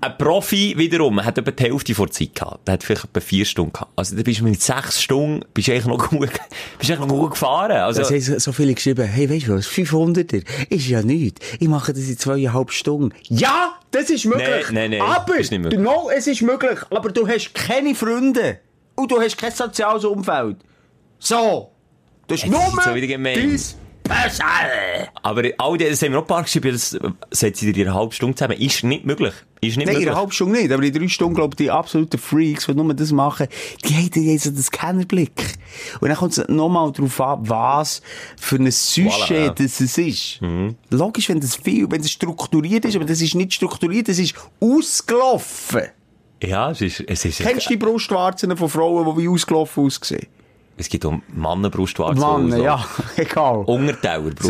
Ein Profi wiederum hat etwa die Hälfte vor Zeit gehabt. Der hat vielleicht etwa 4 Stunden gehabt. Also da bist du mit 6 Stunden, bist du eigentlich noch gut, bist du eigentlich noch gut gefahren. Also,
Es haben so viele geschrieben, hey, weißt du was, 500er ist ja nichts. Ich mache das in zweieinhalb Stunden. Ja, das ist möglich.
Nee, nee, nee,
aber,
ist nicht möglich.
no, es ist möglich. Aber du hast keine Freunde. Und du hast kein soziales Umfeld. So. Das ist
Jetzt
nur
ist es so wieder gemein.
Personal.
Aber all die, das haben wir auch ein paar geschrieben, das setzt ihr in einer halben Stunde zusammen. Ist nicht möglich. Ist nicht
Nein, in
möglich.
einer halben Stunde nicht. Aber in drei Stunden, glaube ich, die absoluten Freaks, die nur das machen, die haben die haben so den Scannerblick. Und dann kommt es nochmal darauf an, was für ein Sujet
Voilà, ja. Mhm.
das es ist. Logisch, wenn das viel, wenn es strukturiert ist, aber das ist nicht strukturiert, das ist ausgelaufen.
ja, es ist, es ist,
Kennst du die Brustwarzen von Frauen, die wie ausgelaufen aussehen?
es um gibt auch Mannenbrustwarzen.
Mann, ja, egal.
Oh,
So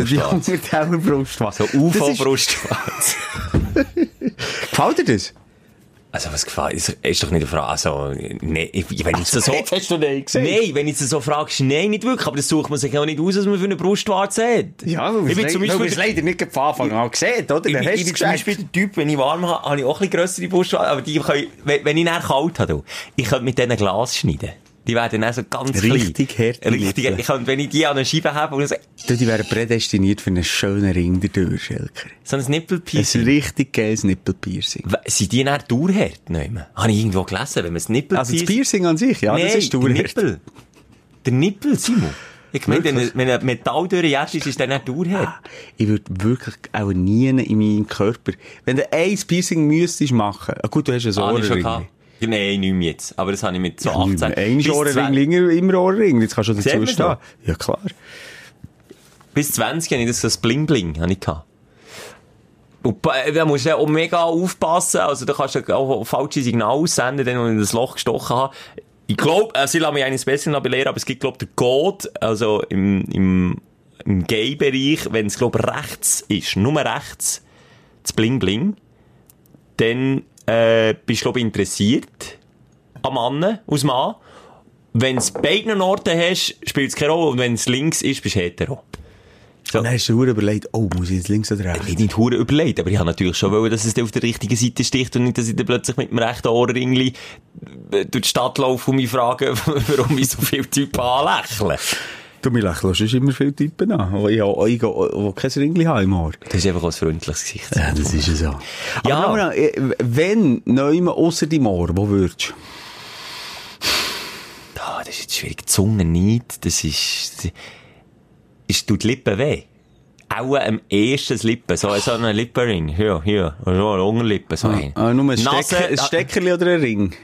die
Untertauerbrustwarzen. So
Unterteller-Brustwarzen. Gefällt
UFO-Brustwarzen.
dir das?
Also, was gefällt, ist, ist doch nicht eine Frage, also, nee, ich- wenn ich das so,
Also, Jetzt hast du den gesehen.
nein, wenn ich das so fragst, nein, nicht wirklich, aber das sucht man sich auch nicht aus, was man für eine Brustwarze hat.
Ja, du
ich bin
bist
zum
le- du
Beispiel,
bist leider nicht von Anfang an gesehen, oder?
Ich,
Dann
bin-
hast
ich bin
du es
zum
gesagt.
Beispiel der Typ, wenn ich warm habe, habe ich auch ein bisschen grössere Brustwarzen, aber die können, wenn, wenn ich nachher kalt habe, du, ich könnte mit denen Glas schneiden. Die werden dann so ganz
Richtig
klein.
harte
Richtig
Lippen.
Ich könnte, wenn ich die an eine Scheibe habe und so,
Du, die wären prädestiniert für einen schönen Ring dadurch, Schelker.
so ein
Ein
Nippelpiercing.
richtig geiles Nippelpiercing.
We- Sind die nachher dauerhart? Nehmen? Habe ich irgendwo gelesen, wenn man das
Also das
Nippelpiercing...
Piercing an sich, ja, das
Nein,
ist dauerhaft.
Der Nippel. Der Nippel, Simon. Ich meine,
Wirklich?
wenn, wenn ein Metall durchjährt ist, ist der Ah, nicht dauerhart.
Ich würde Ah, wirklich auch nie in meinem Körper, wenn du ein Piercing müsstest machen, ah, gut, du hast ein
Ah, hab ich schon
Ohrring.
gehabt. Nein, nicht mehr jetzt. Aber das habe ich mit so 18...
Ein
bis
Ohrring,
20
länger, immer Ohrring, jetzt kannst du
Sehen
dazu
wir
stehen.
noch?
Ja, klar.
Bis 20 hatte ich das so ein Bling-Bling. Habe ich gehabt. Und bei- da musst du auch mega aufpassen. Also da kannst du auch falsche Signale aussenden, dann, wenn ich das Loch gestochen habe. Ich glaube, also ich lasse mich eines Besseren belehren, aber es gibt, glaube ich, den Code, also im, im, im Gay-Bereich, wenn es, glaube ich, rechts ist, nur rechts, das Bling-Bling, dann äh, bist du, glaube ich, interessiert am Mann, aus dem Mann. Wenn du es beiden Orten hast, spielt es keine Rolle. Und wenn es links ist, bist du hetero.
Und dann hast du dir überlegt, oh, muss ich jetzt links oder rechts?
Ich nicht hure überlegt, aber ich habe natürlich schon wollen, dass es dann auf der richtigen Seite sticht und nicht, dass ich dann plötzlich mit dem rechten Ohrringli äh, durch die Stadt laufe und mich frage, warum ich so viele Typen anlächeln.
Du, mir lächelst sonst immer viele Typen an, die ich auch- die kein Ringli haben im Ohr.
Das ist einfach auch ein freundliches Gesicht.
Ja, das ist ja so.
Ja.
Aber ja. wenn, neuem außer dem Ohr, wo würdest du?
Ah, das ist jetzt schwierig. Die Zunge nicht, das ist... Ist tut die Lippen weh? Auch am ersten das Lippen, so, so ein Lippenring. Hier, hier, so eine Unterlippe, so ein.
Ah, nur ein,
Nase-
Stecker, ein
Ah,
Steckerli oder ein Ring?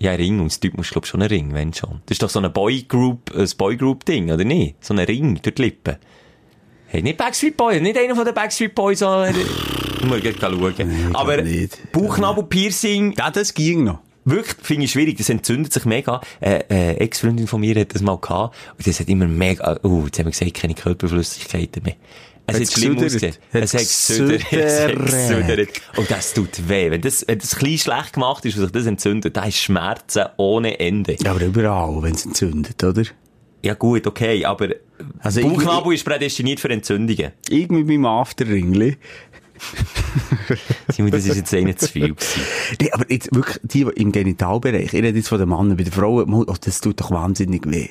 Ja, Ring. Und das Typ muss, glaub schon einen Ring, wenn schon. Das ist doch so ein Boygroup, ein Boygroup-Ding, oder nicht? So ein Ring durch die Lippen. Hey, nicht Backstreet Boys, nicht einer von den Backstreet Boys, sondern... Ich muss gleich schauen. Aber
nicht.
Bauchnabel-Piercing,
Ja, das ging noch.
wirklich, finde ich schwierig. Das entzündet sich mega. Äh, äh, Ex-Freundin von mir hat das mal gehabt. Und das hat immer mega, uh, jetzt haben wir gesagt, keine Körperflüssigkeiten mehr. Es
Hat's
hat schlimm
gesudert?
ausgesehen.
Hat's
Es hat gesüdert. Es hat
gesudert.
gesudert. Und das tut weh. Wenn das, wenn das klein schlecht gemacht ist, und sich das entzündet, da ist Schmerzen ohne Ende.
Ja, aber überall, wenn es entzündet, oder?
Ja gut, okay, aber also
Also ich-
Bauchnabel ist prädestiniert für Entzündungen.
Ich mit meinem Afterringli.
Simon, Das ist jetzt eh nicht zu viel gewesen.
Nee, aber jetzt wirklich, die die im Genitalbereich, ich rede jetzt von den Männern, bei den Frauen, mal, oh, das tut doch wahnsinnig weh.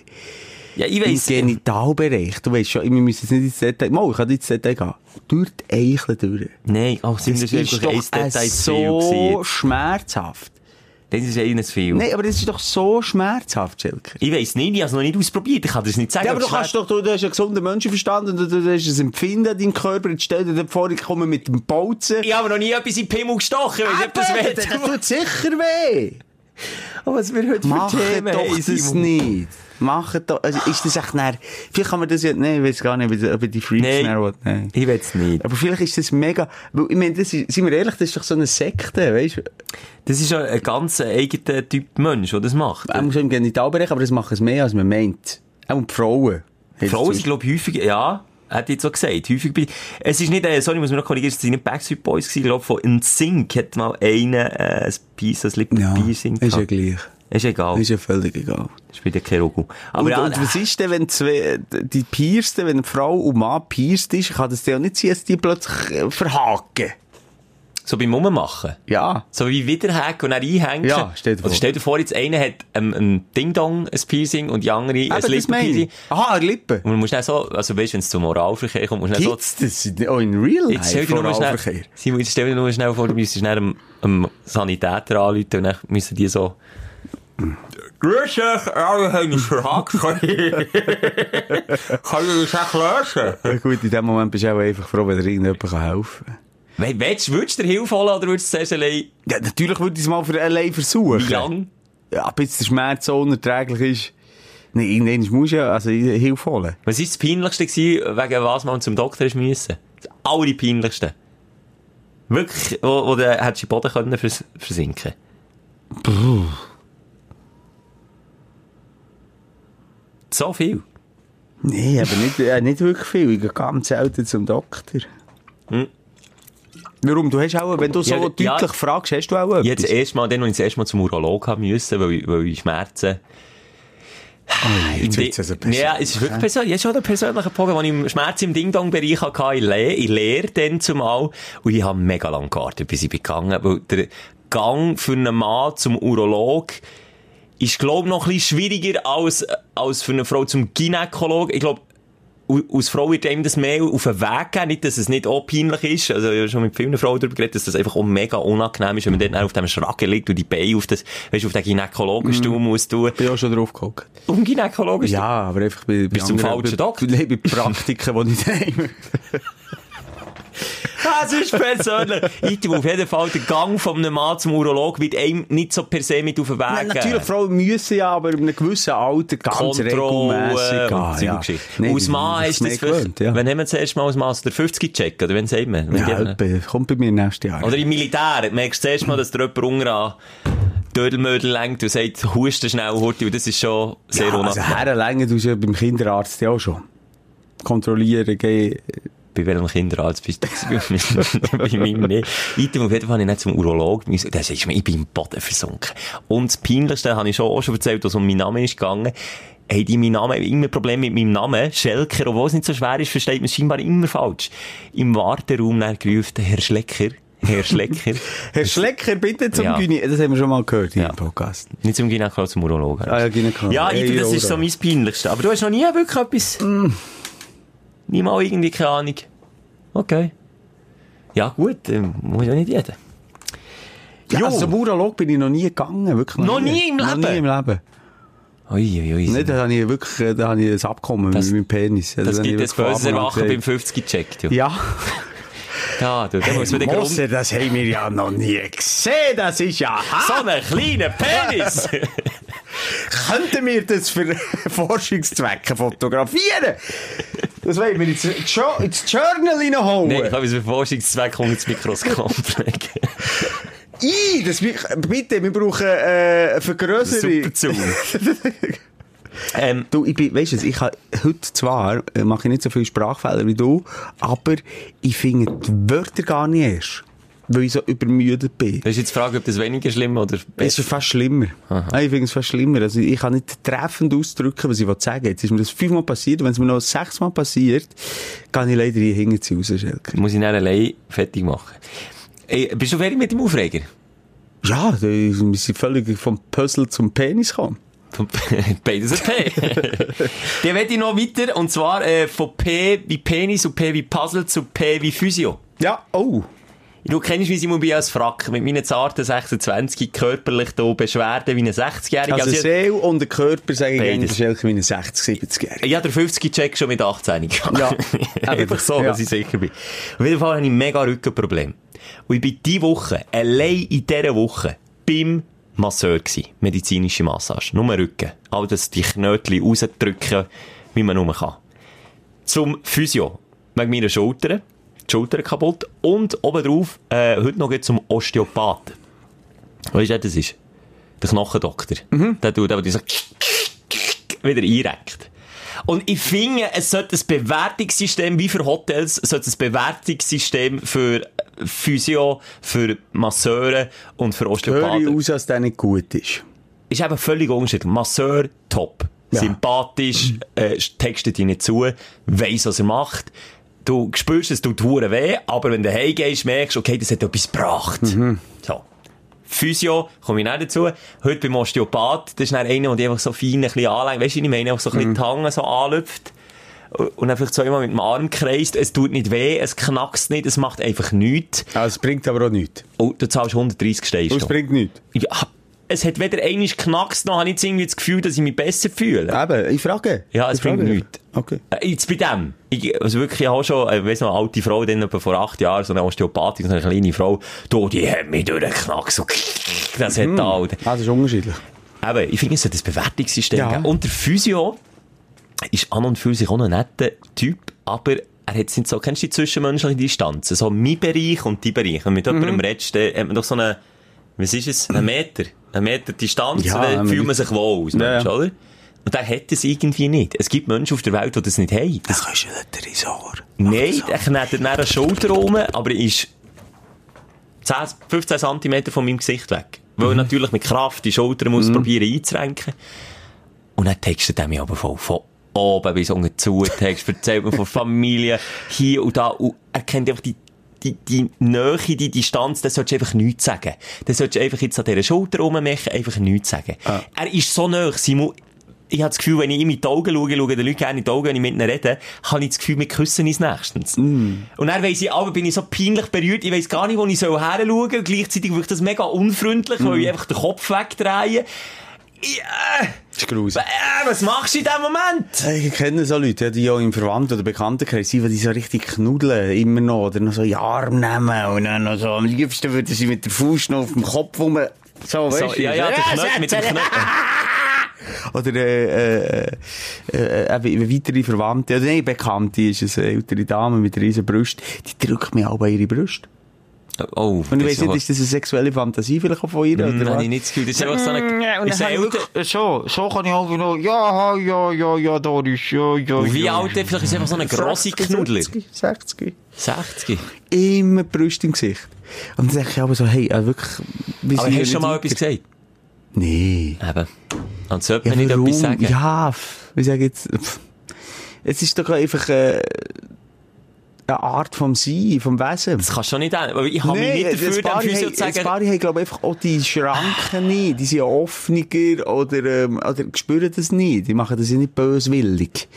Ja, ich
Im
weiss.
Genitalbereich, du weißt schon, wir müssen jetzt nicht ins Detail, mal, ich kann nicht ins Detail gehen. Durch die Eichel durch.
Nein, ach, Simon, das, ist wirklich ein Detail zu viel
so
gewesen.
schmerzhaft.
Das ist eines zu viel.
Nein, aber das ist doch so schmerzhaft, Schelker.
Ich weiss nicht, ich habe es noch nicht ausprobiert, ich kann das nicht sagen.
Ja, aber du
ob es
kannst
schwer-
doch, du, du hast einen gesunden Menschenverstand und du, du hast ein Empfinden in deinem Körper. Jetzt stell dir dann vor, ich komme mit dem Bolzen.
Ich habe noch nie etwas in den Pimmel gestochen, ich weiss nicht, ob das
Eben,
weh
das
tut.
tut sicher weh.
Aber was wir heute
Mach doch
haben,
das
Simon.
nicht. Machen da, also ist das echt näher, vielleicht kann man das ja, nein, ich weiß gar nicht, ob ich die Freaks
Nee.
näher will, nein.
Ich will's nicht.
Aber vielleicht ist das mega, weil, ich meine, das ist, sind wir ehrlich, das ist doch so eine Sekte, weißt du?
Das ist ja ein ganz eigener Typ Mensch, der das macht.
Auch schon im Genitalbereich, aber das machen es mehr, als man meint. Auch die Frauen.
Frauen sind, glaube ich, häufig, ja, hat jetzt so gesagt, häufig bei, es ist nicht, äh, sorry, muss man noch korrigieren, es sind nicht Backstreet Boys gewesen, glaube von NSYNC hat mal einer, äh, ein Piece, ein
ja,
Lippenpiercing
ist ja gleich.
Ist egal,
Ist ja völlig egal.
ist bei der Kerogu. Ah, Aber
und,
ja,
und was ist denn, wenn zwei, die piersten, wenn Frau und Mann pierst ist, kann das ja auch nicht sein, dass die plötzlich äh, verhaken.
so beim Rummachen.
Ja.
So wie wiederhaken und dann einhängen.
Ja, stell dir vor.
Oder stell dir vor, jetzt einer hat ähm, ein Ding-Dong, ein Piercing und die andere ein
Eben, das meine
Lippenpiercing.
ich. Aha, eine Lippe.
Und man muss dann so, also weißt, wenn es zum Oralverkehr kommt, muss man dann so
Gibt's das in- auch in real
Jetzt stell
life?
dir nur mal schnell,
Oralverkehr?
Simon, jetzt stell dir nur mal schnell vor, du müsstest dann einem, einem Sanitäter anrufen und dann müssen die so... Grüß euch, alle haben uns verhakt. Kann ich das echt lösen?
Ja, gut, in dem Moment bist du auch einfach froh, wenn dir irgendjemand kann helfen kann.
We willst, würdest du dir Hilfe holen oder würdest du zuerst allein...
Ja, natürlich würde ich es mal für allein versuchen.
Wie lang?
Ja, bis der Schmerz so unerträglich ist. Nein, irgendwann musst du ja, also Hilfe holen.
Was war das Peinlichste, gewesen, wegen was man zum Doktor ist müssen? Das allerpeinlichste. Wirklich, wo, wo du hättest in den Boden können vers versinken So viel.
Nein, aber nicht, äh, nicht wirklich viel. Ich gehe ganz selten zum Doktor. Warum? Du hast auch, wenn du so
Hm. Ja,
deutlich
ja.
fragst, hast du auch etwas?
Jetzt erstmal, dann, wo ich das erste Mal zum Urolog haben müssen, weil, ich- weil ich Schmerzen.
jetzt
Im
wird's
Di-
also persönlich,
Ja, es ist wirklich persönlich. Jetzt schon der persönliche Punkt, wo ich im Schmerz im Ding-Dong-Bereich hatte, in Lehre, in Lehre dann zumal. Und ich habe mega lange gewartet, bis ich bin gegangen Weil der Gang für einen Mann zum Urolog ist, glaube ich, noch ein bisschen schwieriger als, als für eine Frau zum Gynäkologen. Ich glaube, au- als Frau wird einem das mehr auf den Weg geben, nicht, dass es nicht auch peinlich ist. Also, ich habe schon mit vielen Frauen darüber geredet, dass das einfach auch mega unangenehm ist, wenn man dann auch auf dem Schragen liegt und die Beine auf das, weißt du, auf den Gynäkologenstuhl
Mm.
muss tun.
bin ich auch schon drauf geguckt.
Um den Gynäkologenstuhl.
Ja, aber einfach bei, bei
Bist du im
anderen-
falschen
bei-
Doktor?
Nein, bei Praktiken, die ich nehme.
Das ist persönlich. Ich tue auf jeden Fall den Gang von einem Mann zum Urolog wird einem nicht so per se mit auf den Weg
Nein,
geben.
natürlich, Frauen müssen ja, aber in einem gewissen Alter ganz regelmässig
Kontrolle und
gehen.
ja.
Nein,
Aus Mann
das
ist das
mehr
vielleicht,
gewöhnt, ja.
wenn haben wir zuerst mal aus Mann, der 50 check oder wenn sagt man? Wenn
Ja,
gibt man?
etwa, kommt bei mir nächstes Jahr.
Oder im Militär, merkst du zuerst mal, dass der jemand unten an Dödelmödel lenkt und sagt, husten schnell, Horti, und das ist schon sehr
ja, also
unangenehm.
Herrenlänge tust du ja beim Kinderarzt ja auch schon. Kontrollieren, gehen.
Bei welchem Kinderarzt bist du gewesen? Bei meinem nicht. Item auf jeden Fall habe ich nicht zum Urolog müssen. Das ist mir, ich bin im Boden versunken. Und das Peinlichste habe ich schon, auch schon erzählt, als es um meinen Namen ist gegangen. Hey, die, mein Name, immer Problem mit meinem Namen. Schelker, obwohl es nicht so schwer ist, versteht man es scheinbar immer falsch. Im Warteraum dann gerufen, Herr Schlecker. Herr Schlecker.
Herr Schlecker, bitte zum
Dus- Ja.
Gyni. Das haben wir schon mal gehört
Ja.
im Podcast.
nicht zum Gynäkologen, zum Urologen.
Ah, ja, Gynäkologen.
Ja,
Hey, Mm.
Item, das ist so
Uro.
mein Peinlichste. Aber du hast noch nie wirklich etwas... Niemals irgendwie, keine Ahnung. Okay. Ja, gut, ähm, muss ja nicht jeder.
Ja,
Jo.
also zum Urolog bin ich noch nie gegangen. Wirklich
Noch nie im Leben?
Noch nie im Leben.
Ui, ui, ui.
Nein, da habe ich wirklich äh, da habe ich ein Abkommen
Das-
mit meinem Penis. Also,
das
da habe
gibt
ich
das
wirklich
böses
von
Erwachen
Anfang an
beim 50 gecheckt. Ja,
Ja,
ja du, da muss man den Grund...
Moser, das haben wir ja noch nie gesehen. Das ist ja...
So einen kleinen
Ah!
Penis!
Könnten wir das für Forschungszwecke fotografieren? Das wollen wir jetzt ins Jo- ins Journal reinholen.
Nein, ich habe es für Forschungszweck unter das Mikroskop legen.
Ih, das, wir- bitte, wir brauchen äh, eine Vergrößerung.
Super Zoom. ähm,
Du, ich bin, weißt du, ich habe heute zwar, äh, mache ich nicht so viele Sprachfehler wie du, aber ich finde die Wörter gar nicht erst, weil ich so übermüdet bin.
das ist jetzt die Frage, ob das weniger schlimm oder
Es
besser
ist fast schlimmer. Ah, Ich finde es fast schlimmer. Also ich kann nicht treffend ausdrücken, was ich sagen will. Jetzt ist mir das fünfmal passiert. Wenn es mir noch sechsmal passiert, kann ich leider hier hinten rausschelken.
Muss ich dann allein fertig machen. Ey, bist du fertig mit dem Aufreger?
Ja, da ist- wir sind völlig vom Puzzle zum Penis gekommen.
Von P- Beides ein P. Dann werde ich noch weiter, und zwar äh, von P wie Penis und P wie Puzzle zu P wie Physio.
Ja, oh.
Du kennst mich, Simon, bin als Frack. Mit meinen zarten 26 körperlich da Beschwerden wie ein 60-Jähriger.
Also,
Also, ich-
Seele und der Körper sagen gerne,
Beides.
das ist wie ein 60, 70-Jähriger.
ich habe den 50-Check schon mit 18 gehabt.
Ja.
Einfach so,
Ja.
dass ich sicher bin. Auf jeden Fall habe ich mega Rückenprobleme. Und ich bin diese Woche, allein in dieser Woche, beim Masseur gsi, medizinische Massage, nur Rücken. All das, die Knötchen rausdrücken, wie man nur kann. Zum Physio, wegen meiner Schultern, die Schultern kaputt und obendrauf, äh, heute noch geht's zum Osteopathen. Weißt du, wer das ist? Der Knochendoktor. Der tut aber diese wieder einreckt. Und ich finde, es sollte ein Bewertungssystem, wie für Hotels, sollte ein Bewertungssystem für Physio, für Masseure und für
Höre ich
Osteopathen.
aus, als der nicht gut ist.
Ist eben völlig unterschiedlich. Masseur, top.
Ja.
Sympathisch, äh, textet dich nicht zu, weiss, was er macht. Du spürst, es tut hure weh, aber wenn du heimgehst, merkst du, okay, das hat etwas gebracht. So. Physio, komme ich nicht dazu. Heute beim Osteopath, das ist dann einer, der dich einfach so fein ein bisschen anlenkt. Weißt du, ich meine, einfach so ein bisschen die Hange so anlüpft. Und dann vielleicht zweimal mit dem Arm kreist. Es tut nicht weh, es knackst nicht, es macht einfach nichts.
Aber Ah, es bringt aber auch nichts.
Und du zahlst 130
Und
Steine.
es bringt nichts.
Ja, es hat weder einmal geknackst, noch habe ich jetzt irgendwie das Gefühl, dass ich mich besser fühle.
Eben, ich frage.
Ja,
Ich
es bringt
frage.
nichts.
Okay.
Äh, Jetzt bei dem. Ich, also wirklich, ich habe schon, äh, weiss noch, eine alte Frau, dann etwa vor acht Jahren, so eine Osteopathin, so eine kleine Frau, du, die hat mich durchgeknackt, so, das hat da halt.
Also, es ist unterschiedlich.
Eben, ich finde, es sollte ein Bewertungssystem
Ja.
geben. Und der Physio ist an und für sich auch ein netter Typ, aber er hat nicht so, kennst du die zwischenmenschliche Distanz? So mein Bereich und dein Bereich. Wenn du mit jemandem redest, dann hat man doch so eine, was ist es, einen Meter, einen Meter Distanz,
Ja,
dann
wenn
fühlt
man-
man sich wohl als
Ja,
Mensch,
ja.
oder? Und der hat das irgendwie nicht. Es gibt Menschen auf der Welt, die das nicht haben.
Dann kannst du den Tresor.
Nein, er knetet nach der Schulter rum, aber er ist 10, 15 cm von meinem Gesicht weg.
Mhm.
Weil er natürlich mit Kraft die Schulter muss probieren einzurenken. Und dann textet er mich aber voll von oben bis unten zu. Text erzählt mir von Familie, hier und da. Und er kennt einfach die, die, die Nähe, die Distanz. Das solltest du einfach nichts sagen. Das solltest du einfach jetzt an dieser Schulter rummachen, einfach nichts sagen. Er ist so nah, Simon. Ich habe das Gefühl, wenn ich ihm in die Augen schaue, schaue den Leuten gerne in die Augen, wenn ich mit ihnen rede, habe ich das Gefühl, wir küssen uns nächstens. Und dann weiss ich, aber bin ich so peinlich berührt, ich weiss gar nicht, wo ich soll her schauen soll. Gleichzeitig wirkt das mega unfreundlich, weil ich einfach den Kopf wegdrehe. Ich, äh,
Das ist gruselig.
äh, was machst du in dem Moment?
Ich kenne so Leute, die ja im Verwandten- oder Bekanntenkreis sind, die so richtig knudeln, immer noch, oder noch so in den Arm nehmen, und dann noch so, am liebsten würden sie mit der Faust noch auf dem Kopf rum, so, weißt
So, ja, ja, der Knöchel mit dem Knöchel.
Oder, äh, äh, äh, äh, eben weitere Verwandte, oder nein, Bekannte ist es, eine ältere Dame mit riesen Brust, die drückt mir auch bei ihre Brust.
Oh,
Und ich weiss nicht, ist das eine sexuelle Fantasie vielleicht auch von ihr,
das
oder
habe
was?
ich nicht das Gefühl, das ist einfach so
Ja,
eine...
und
Ist
dann
er
habe ich
älter?
wirklich, so, so kann ich halt noch, ja, ja, ja, ja, Doris, ja, ja,
Und Wie
ja.
alt? Vielleicht ist er einfach so eine grosse Knuddler.
60, 60.
60.
immer die Brust im Gesicht. Und dann denke ich aber so, hey, äh, wirklich... wir
Aber
sind
hast
ja
du schon
nicht
mal
weiter.
etwas gesagt?
Nee.
Eben. Und sollte
Ja,
man nicht
warum?
etwas sagen?
Ja, pff, wie sage ich jetzt... Pff. Es ist doch einfach äh, eine Art vom Sein, vom Wesen.
Das kannst du schon nicht ändern. Aber ich habe mich nicht dafür, dem Physio zu
das
sagen...
Paar haben, glaube ich, einfach auch die Schranken nicht. Die sind ja offener oder, ähm, oder spüren das nicht. Die machen das ja nicht böswillig.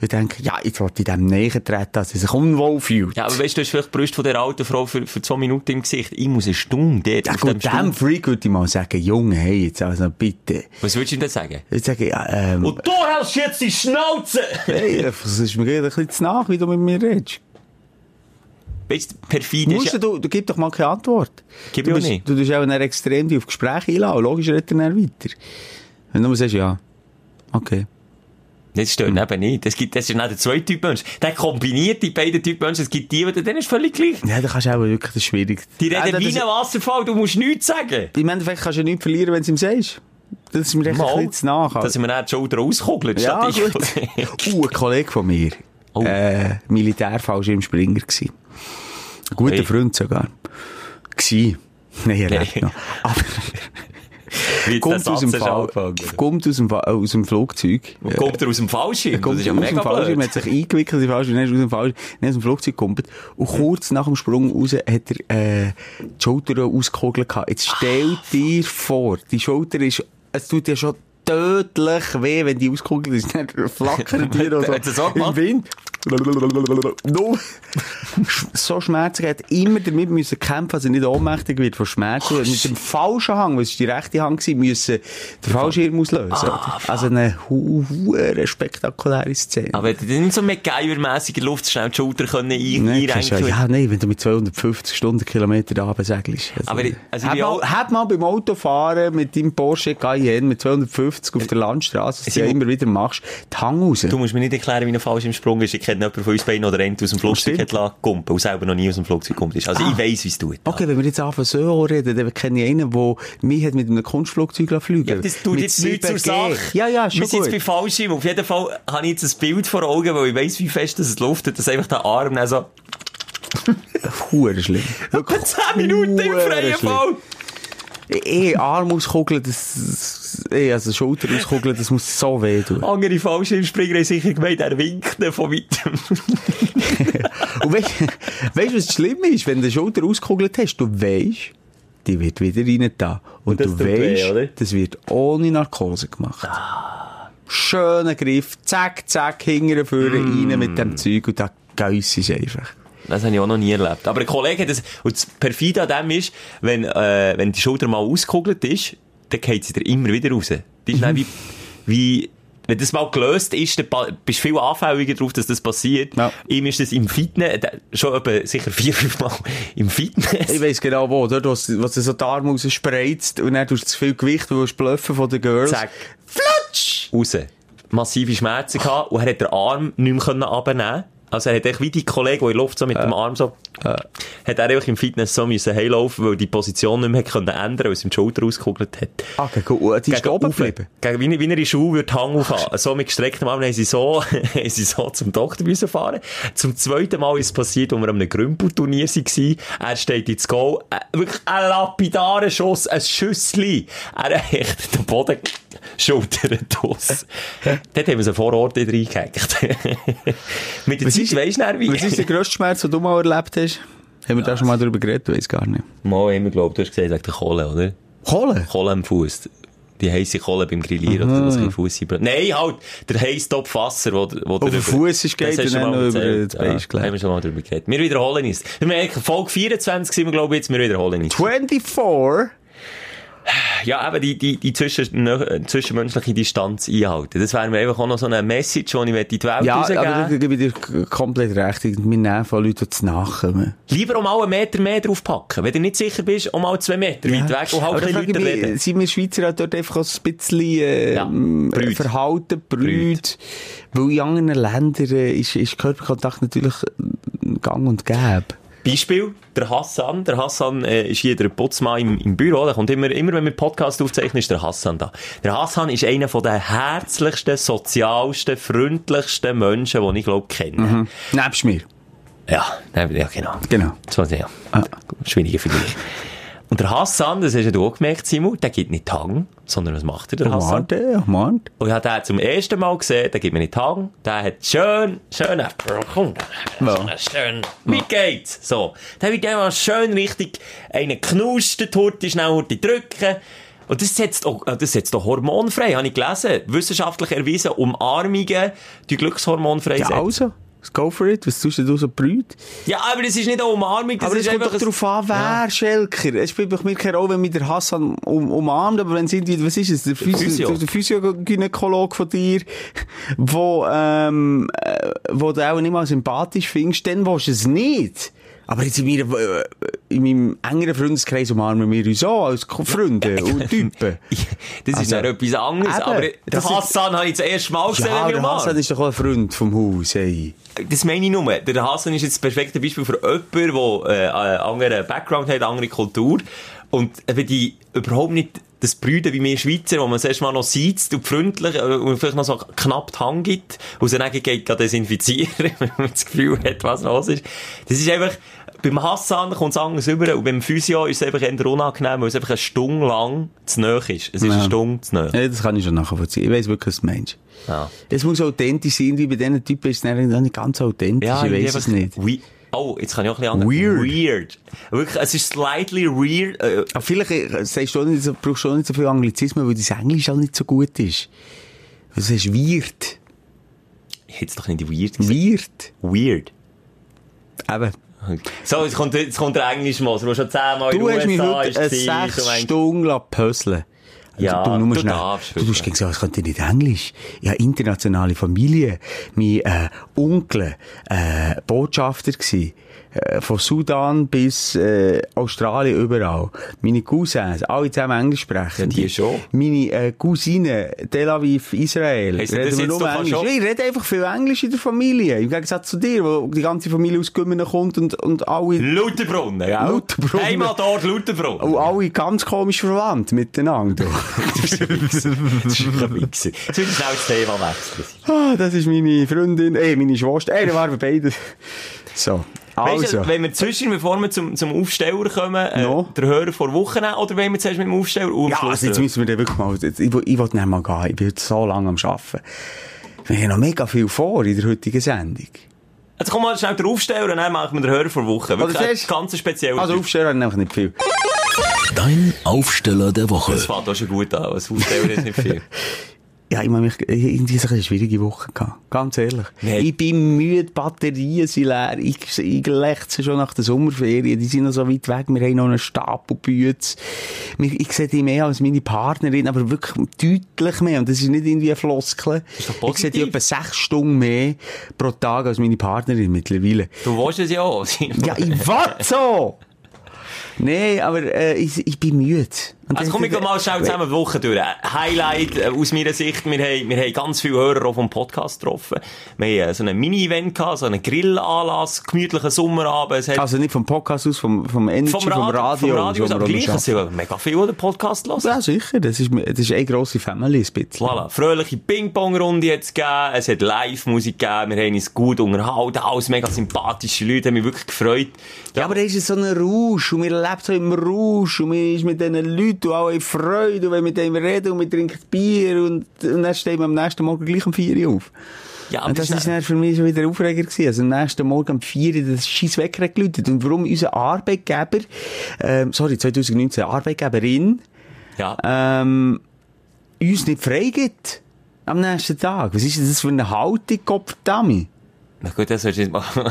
Ich denke, ja, ich wollte dem näher treten, dass er sich unwohl fühlt.
Ja, aber weißt du, du hast vielleicht die Brust von dieser alten Frau für, für zwei Minuten im Gesicht. Ich muss eine Stunde dort
Ja,
auf
gut,
dem
dem
Stuhl.
Freak würde ich mal sagen, Junge, hey, jetzt also bitte.
Was würdest du ihm denn sagen?
Jetzt sage ich, ja, ähm,
Und du hältst jetzt die Schnauze!
hey, es ist mir gerade ein bisschen zu nach, wie du mit mir redest.
Weißt du, perfide ist
Musst
ja...
du, du gib doch mal keine Antwort.
Gib
du
ich auch
bist-
nicht.
Du tust auch dann extrem dich auf Gespräche einladen. Logisch redet er dann weiter. Wenn du nur sagst, ja. Okay.
Das stört
Hm.
eben nicht. Es gibt, das ist nicht der zweite Typ Mensch. Der kombiniert die beiden Typen Menschen. Es gibt die, die dann ist völlig gleich.
Ja, dann kannst du auch wirklich, das ist schwierig.
Die nou reden
Entweder
wie
das-
ein Wasserfall, du musst nichts sagen.
Im Endeffekt kannst du ja nichts verlieren, wenn du es ihm sagst. Das ist mir echt ein bisschen zu nach.
Dass ich mir dann die Schulter auskugelt,
ja,
statt ich.
gut. uh, ein Kollege von mir.
Oh.
Äh, Militärfallschirmspringer gsi. Ein guter
Hey.
Freund sogar. Gsi. Nein, er lebt noch. Aber
Wie jetzt der
kommt aus
Satz
dem
ist
Fall,
angefangen.
kommt aus dem, Fa- äh, aus dem Flugzeug. Äh,
Und kommt er aus dem Fallschirm?
kommt
Das ist ja
aus
mega
dem Fallschirm,
blöd.
hat sich eingewickelt, die Fallschirm, dann ist er aus dem Fallschirm, dann aus dem Flugzeug kommt. Und kurz nach dem Sprung raus hat er, äh, die Schulter ausgekugelt gehabt. Jetzt stell dir vor, die Schulter ist, es tut dir schon tödlich weh, wenn die ausgekugelt ist, dann flackert die noch so
Hat er so
im
gemacht?
Wind. No. Sch- so Schmerzen hat immer damit müssen kämpfen, dass er nicht ohnmächtig wird von Schmerzen. Und mit dem falschen Hang, weil es die rechte Hand war, müssen den Fallschirm auslösen.
Ah,
also eine hu hu spektakuläre Szene.
Aber hätte nicht so MacGyver-mässig in der Luft schnell die Schulter können ein-
Nein, kannst du ja,
einrenken
ja, nein, wenn du mit 250 Stundenkilometer da segelst. Also,
Aber ich- also ich
hat,
bin
mal,
auch-
hat mal beim Autofahren mit deinem Porsche Cayenne mit 250 auf der Landstraße, was du ja
Simon-
immer wieder machst, die Hang raus.
Äh, Du musst mir nicht erklären, wie ein falsch im Sprung ist. Ich kenne jemanden von uns beiden oder einen der aus dem Flugzeug
Stimmt.
hat lassen kumpen und selber noch nie aus dem Flugzeug kumpen ist. Also
Ah.
ich weiss, wie es tut.
Okay, wenn wir jetzt anfangen so reden, dann kenne ich einen, der mich hat mit einem Kunstflugzeug lassen fliegen
Ja, das tut
Mit
jetzt nichts zur
7G.
Sache.
Ja, ja, schon
Wir sind
gut.
jetzt bei Fallschirm. Auf jeden Fall habe ich jetzt ein Bild vor Augen, weil ich weiss, wie fest das luftet, dass einfach der Arm dann so
Hure schlimm. Wirklich
10 Minuten im
hure
freien
schlimm.
Fall.
Eh, Arm auskugeln, das, eh, also Schulter auskugeln, das muss so weh tun.
Andere Fallschirmspringer haben sicher gemeint, er winkt ihnen von weitem.
Und weißt du, was das Schlimme ist? Wenn du die Schulter ausgekugelt hast, du weißt, die wird wieder rein da. Und,
das
du
tut weh, oder? Ah.
weißt, das wird ohne Narkose gemacht. Schöner Griff, zack, zack, hingere vorne
Mm.
rein mit dem Zeug und da geiss ist einfach.
Das habe ich auch noch nie erlebt. Aber ein Kollege hat das, und das Perfide an dem ist, wenn, äh, wenn die Schulter mal ausgekugelt ist, dann geht sie dir immer wieder raus. Die ist dann wie, wie, wenn das mal gelöst ist, dann pa- bist du viel anfälliger darauf, dass das passiert.
Ja.
Ihm ist das im Fitness, der- schon etwa sicher vier, fünf Mal im
Ich
Fitness.
weiss genau wo, dort, was, was du so die Arme rausspreizt und dann tust du zu viel Gewicht, du willst bluffen von den Girls.
Zack.
Flutsch!
raus. Massive Schmerzen gehabt und er hat den Arm nicht mehr abnehmen Also er hat echt wie die Kollegen, die in der Luft so mit
Äh,
dem Arm so, hat er einfach im Fitness so müssen heilaufen, weil die Position nicht mehr hat können ändern, weil es ihm die Schulter ausgekugelt hat.
Ah, gegen, oh, die ist oben
rauf.
geblieben.
Gegen, wie, wie er in der Schule würde Hang aufhaben. So mit gestrecktem Arm haben sie so, haben sie so zum Doktor müssen fahren. Zum zweiten Mal ist es passiert, als wir an einem Grümpelturnier waren. Er steht ins Goal. Äh, wirklich ein lapidarer Schuss, ein Schüssli. Er hat echt den Boden schultert aus. Dort haben wir sie vor Ort dort reingehackt. mit der
Was
Zeit
ist-
weisst du dann wie.
Was ist der grösste Schmerz, den du mal erlebt hast? Haben wir da schon mal drüber geredet? Weiss gar nicht.
Mal haben wir, glaub, du hast gesagt, wegen der Kohle, oder?
Kohle?
Kohle am Fuß. Die heiße Kohle beim Grillieren, oder was kein Fuß einbrennt. Nein, halt, der heiße Topf Wasser, wo, der- wo
Auf den Fuss ist geht
Das hast
und
du
dann
mal
noch über
erzählt.
das Bein ist
Ja,
gelegt.
haben wir schon mal drüber geredet. Wir wiederholen es. Wir merken, Folge 24 sind wir, glaube ich, jetzt, wir wiederholen es.
24?
Ja, eben die, die, die zwischen, äh, zwischenmenschliche Distanz einhalten. Das wäre mir einfach auch noch so eine Message, die ich möchte in die Welt
Ja,
rausgeben
aber da gebe ich dir k- komplett recht. Wir nehmen von Leuten zu nachkommen.
Lieber um mal einen Meter mehr draufpacken. Wenn du nicht sicher bist, um mal zwei Meter weit weg und halt
Aber
ein
da
bisschen
frage ich
Leute
mich,
reden.
sind wir Schweizer auch dort einfach auch ein bisschen äh,
Ja,
ähm,
brüt.
verhalten, brüt? Weil in anderen Ländern äh, ist, ist Körperkontakt natürlich äh, gang und gäbe.
Beispiel, der Hassan. Der Hassan äh, ist hier der Putzmann im, im Büro. Der kommt immer, immer, wenn wir Podcast aufzeichnen, ist der Hassan da. Der Hassan ist einer von den herzlichsten, sozialsten, freundlichsten Menschen, die ich, glaube kenne.
Nebst mir.
Ja, nein, ja, genau.
Genau.
Das war ja. Schwieriger Vergleich. Und der Hassan, das hast ja du auch gemerkt, Simon, der gibt nicht Hang, sondern was macht
Oh,
er, der Hassan?
Amante, Amante.
Und ich habe den zum ersten Mal gesehen, der gibt mir nicht Hang, der hat schön, schön, äh,
Ja.
schön, wie geht's? So. Der wird immer schön richtig einen knusten, die Horte schnell Horte drücken. Und das setzt auch, äh, das setzt auch hormonfrei, habe ich gelesen. Wissenschaftlich erwiesen, Umarmungen, die Glückshormonfrei
Ja,
setzen.
also. Go for it. Was tust denn du so brüt?
Ja, aber das ist nicht eine Umarmung, das
Aber es
ist
kommt
einfach
doch darauf an, wer Schelker. Es spielt bei mir keine Rolle, wenn mich der Hassan um, umarmt, aber wenn es irgendwie, was ist es, der, Physio,
Physio.
der Physiogynäkologe von dir, wo, ähm, äh, wo du auch nicht mal sympathisch findest, dann willst du es nicht. Aber jetzt in, meiner, äh, in meinem engeren Freundeskreis umarmen wir uns auch als Ko- Freunde und Typen.
Das ist
Also,
dann etwas anderes,
eben,
aber der
das ist-
Hassan habe ich das erste Mal gesehen,
Ja,
wenn wir
der Hassan
umarmen.
ist doch auch ein Freund vom Haus, ey.
Das meine ich nur. Der Hassan ist jetzt das perfekte Beispiel für jemanden, der äh, einen anderen Background hat, eine andere Kultur. Und eben die überhaupt nicht das Brüden wie wir Schweizer, wo man zuerst mal noch sitzt und freundlich äh, und vielleicht noch so knapp die Hand gibt und dann geht geht desinfizieren, wenn man das Gefühl hat, was los ist. Das ist einfach, beim Hassan kommt es anders rüber und beim Physio ist es einfach eher unangenehm, weil es einfach eine Stunde lang zu nahe ist. Es ist eine Stunde zu nahe.
Ja, das kann ich schon nachvollziehen. Ich weiss wirklich, was du meinst.
Ja.
Es muss authentisch sein, wie bei diesen Typen ist es dann auch nicht ganz authentisch, ich
irgendwie
weiss es
einfach
nicht.
We oh, jetzt kann ich auch ein bisschen
Weird.
Weird. Wirklich, es ist slightly weird. Äh,
Aber vielleicht äh, sagst du auch nicht, so- brauchst du auch nicht so viel Anglizismen, weil dein Englisch auch nicht so gut ist. Das ist weird.
Hätt's doch nicht weird gesagt.
Weird.
Weird.
Eben.
So, jetzt kommt, jetzt kommt der Englischmoss, der schon zehnmal in
Du hast mich
USA
heute eine
ist gewesen,
sechs
so ein-
Stunden lassen puzzeln.
Ja,
du, nur
du
schnell.
darfst
du hast
wirklich.
gesagt, ich könnte nicht Englisch. Ich habe internationale Familie. Mein äh, Onkel äh, Botschafter gsi. Äh, Von Sudan bis äh, Australien, überall. Meine Cousins, alle zusammen Englisch sprechen.
Ja, die schon.
Meine äh, Cousine, Tel Aviv, Israel.
Heisst du,
Reden
das
wir
jetzt
nur
doch auch
Englisch.
schon?
Ich rede einfach viel Englisch in der Familie. Im Gegensatz zu dir, wo die ganze Familie aus Gümmern kommt und, und alle
Lauterbrunnen, gell?
Lauterbrunnen.
Heimatort Lauterbrunnen.
Und Oh, alle ganz komisch verwandt miteinander.
Das ist ein Wichser. Jetzt wird schnell das Thema wechseln.
ah, das ist meine Freundin, eh, meine Schwester. Eh, da waren wir beide. So.
Weißt
Also.
du, wenn wir zwischen, bevor wir zum, zum Aufsteller kommen, äh,
Ja.
der Hörer vor Wochen nehmen, oder wenn wir zuerst mit dem Aufsteller und am
Ja,
Schluss
also jetzt
den-
müssen wir dann wirklich mal, jetzt- ich, will- ich will nicht mal gehen. Ich bin heute so lange am Arbeiten. Wir haben noch mega viel vor in der heutigen Sendung.
Jetzt kommen wir schnell den Aufsteller und dann machen wir den Hörer vor Wochen. Wirklich
Also
ein
zuerst-
ganz spezieller
Also
Typ.
aufstehen habe ich nämlich nicht viel.
Dein Aufsteller der Woche.
Das fängt auch schon gut an, was Aufsteller ist nicht viel.
Ja, ich meine, ich ich- irgendwie so eine schwierige Woche gehabt. Ganz ehrlich.
Nee.
Ich bin müde, die Batterien sind leer. Ich, ich lechze schon nach der Sommerferien. Die sind noch so weit weg. Wir haben noch einen Stapel Bütz. Wir- Ich sehe die mehr als meine Partnerin, aber wirklich deutlich mehr. Und das ist nicht irgendwie ein Floskel.
doch
Ich sehe die
positiv.
etwa sechs Stunden mehr pro Tag als meine Partnerin mittlerweile.
Du willst es ja auch. Simon.
Ja, ich warte so! Nee, aber äh, ich, ich bin müde. Und
Also
dann-
komm, ich geh mal schnell zusammen die Woche durch. Ein Highlight äh, aus meiner Sicht, wir haben, wir haben ganz viele Hörer auch vom Podcast getroffen. Wir haben äh, so ein Mini-Event gehabt, so einen Grillanlass, gemütlichen Sommerabend. Es hat
Also nicht vom Podcast aus, vom, vom Energy, vom, Radio.
vom Radio
und
aus,
so,
aber
wo wir
gleich, es
arbeiten.
sind ja mega viele, die den Podcast hören.
Ja, sicher. Das ist, das ist eine grosse Family, ein bisschen.
Voilà, fröhliche Ping-Pong-Runde hat es gegeben, es hat Live-Musik gegeben, wir haben uns gut unterhalten, alles mega sympathische Leute, haben mich wirklich gefreut.
Ja, aber da ist so ein Rausch und man lebt so im Rausch und man ist mit diesen Leuten und alle haben Freude und wenn mit denen reden und man trinkt Bier und, und dann steht man am nächsten Morgen gleich um 4 Uhr auf.
ja, aber
Und das ist dann für mich schon wieder ein Aufreger gewesen. Also am nächsten Morgen um 4 Uhr das Scheiss weggeläutet. Und warum unser Arbeitgeber, ähm, sorry, 2019, Arbeitgeberin,
ja.
ähm, uns nicht freigibt am nächsten Tag. Was ist denn das für eine Haltung, Kopfdami?
Na gut, das sollst du nicht machen.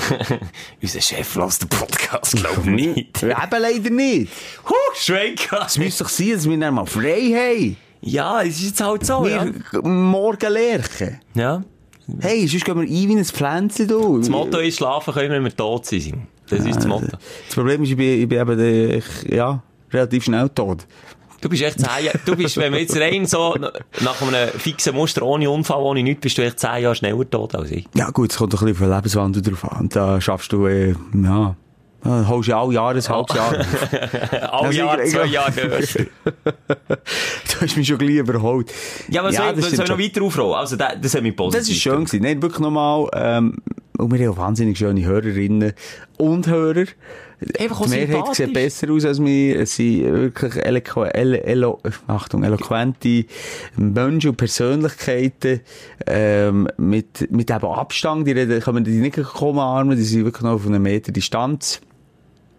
Unser Chef lässt den Podcast, glaub nicht.
Eben leider nicht.
Huh, Schwenker!
Es müsste doch sein, dass wir dann mal frei
Ja, es ist jetzt halt so,
haben.
Oh ja.
Wir morgen lerchen.
ja.
Hey, sonst gehen wir ein wie ein Pflänzchen, du.
Das Motto ist, schlafen können, wenn wir tot sind. Das ist das Motto.
Das Problem ist, ich bin, ich bin eben, äh, ich, ja, relativ schnell tot.
Du bist echt zehn Jahre, du bist, wenn wir jetzt rein so nach einem fixen Muster, ohne Unfall, ohne nichts, bist du echt zehn Jahre schneller tot als ich.
Ja gut, es kommt doch ein bisschen auf den Lebenswandel drauf an. Und da schaffst du, äh, ja, da holst du ja alle Jahre ein halbes Jahr.
Alle
du Also,
Jahre,
ich-
zwei
ich-
Jahre. durch.
hast mich schon gleich überholt.
Ja, aber soll,
das
soll,
stimmt
soll ich noch
schon.
weiter aufrollen? Also, das, das hat mich positiv.
Das ist schön gewesen. Nein, wirklich nochmal, ähm, und wir haben auch wahnsinnig schöne Hörerinnen und Hörer.
Einfach auch
die Mehrheit
sympathisch.
sieht besser aus als wir. Es sind eh, wirklich eloqu elo elo Achtung, eloquente Menschen und Persönlichkeiten, ähm, mit, mit eben Abstand. Die reden, können die nicht umarmen, die sind wirklich noch auf einem Meter Distanz.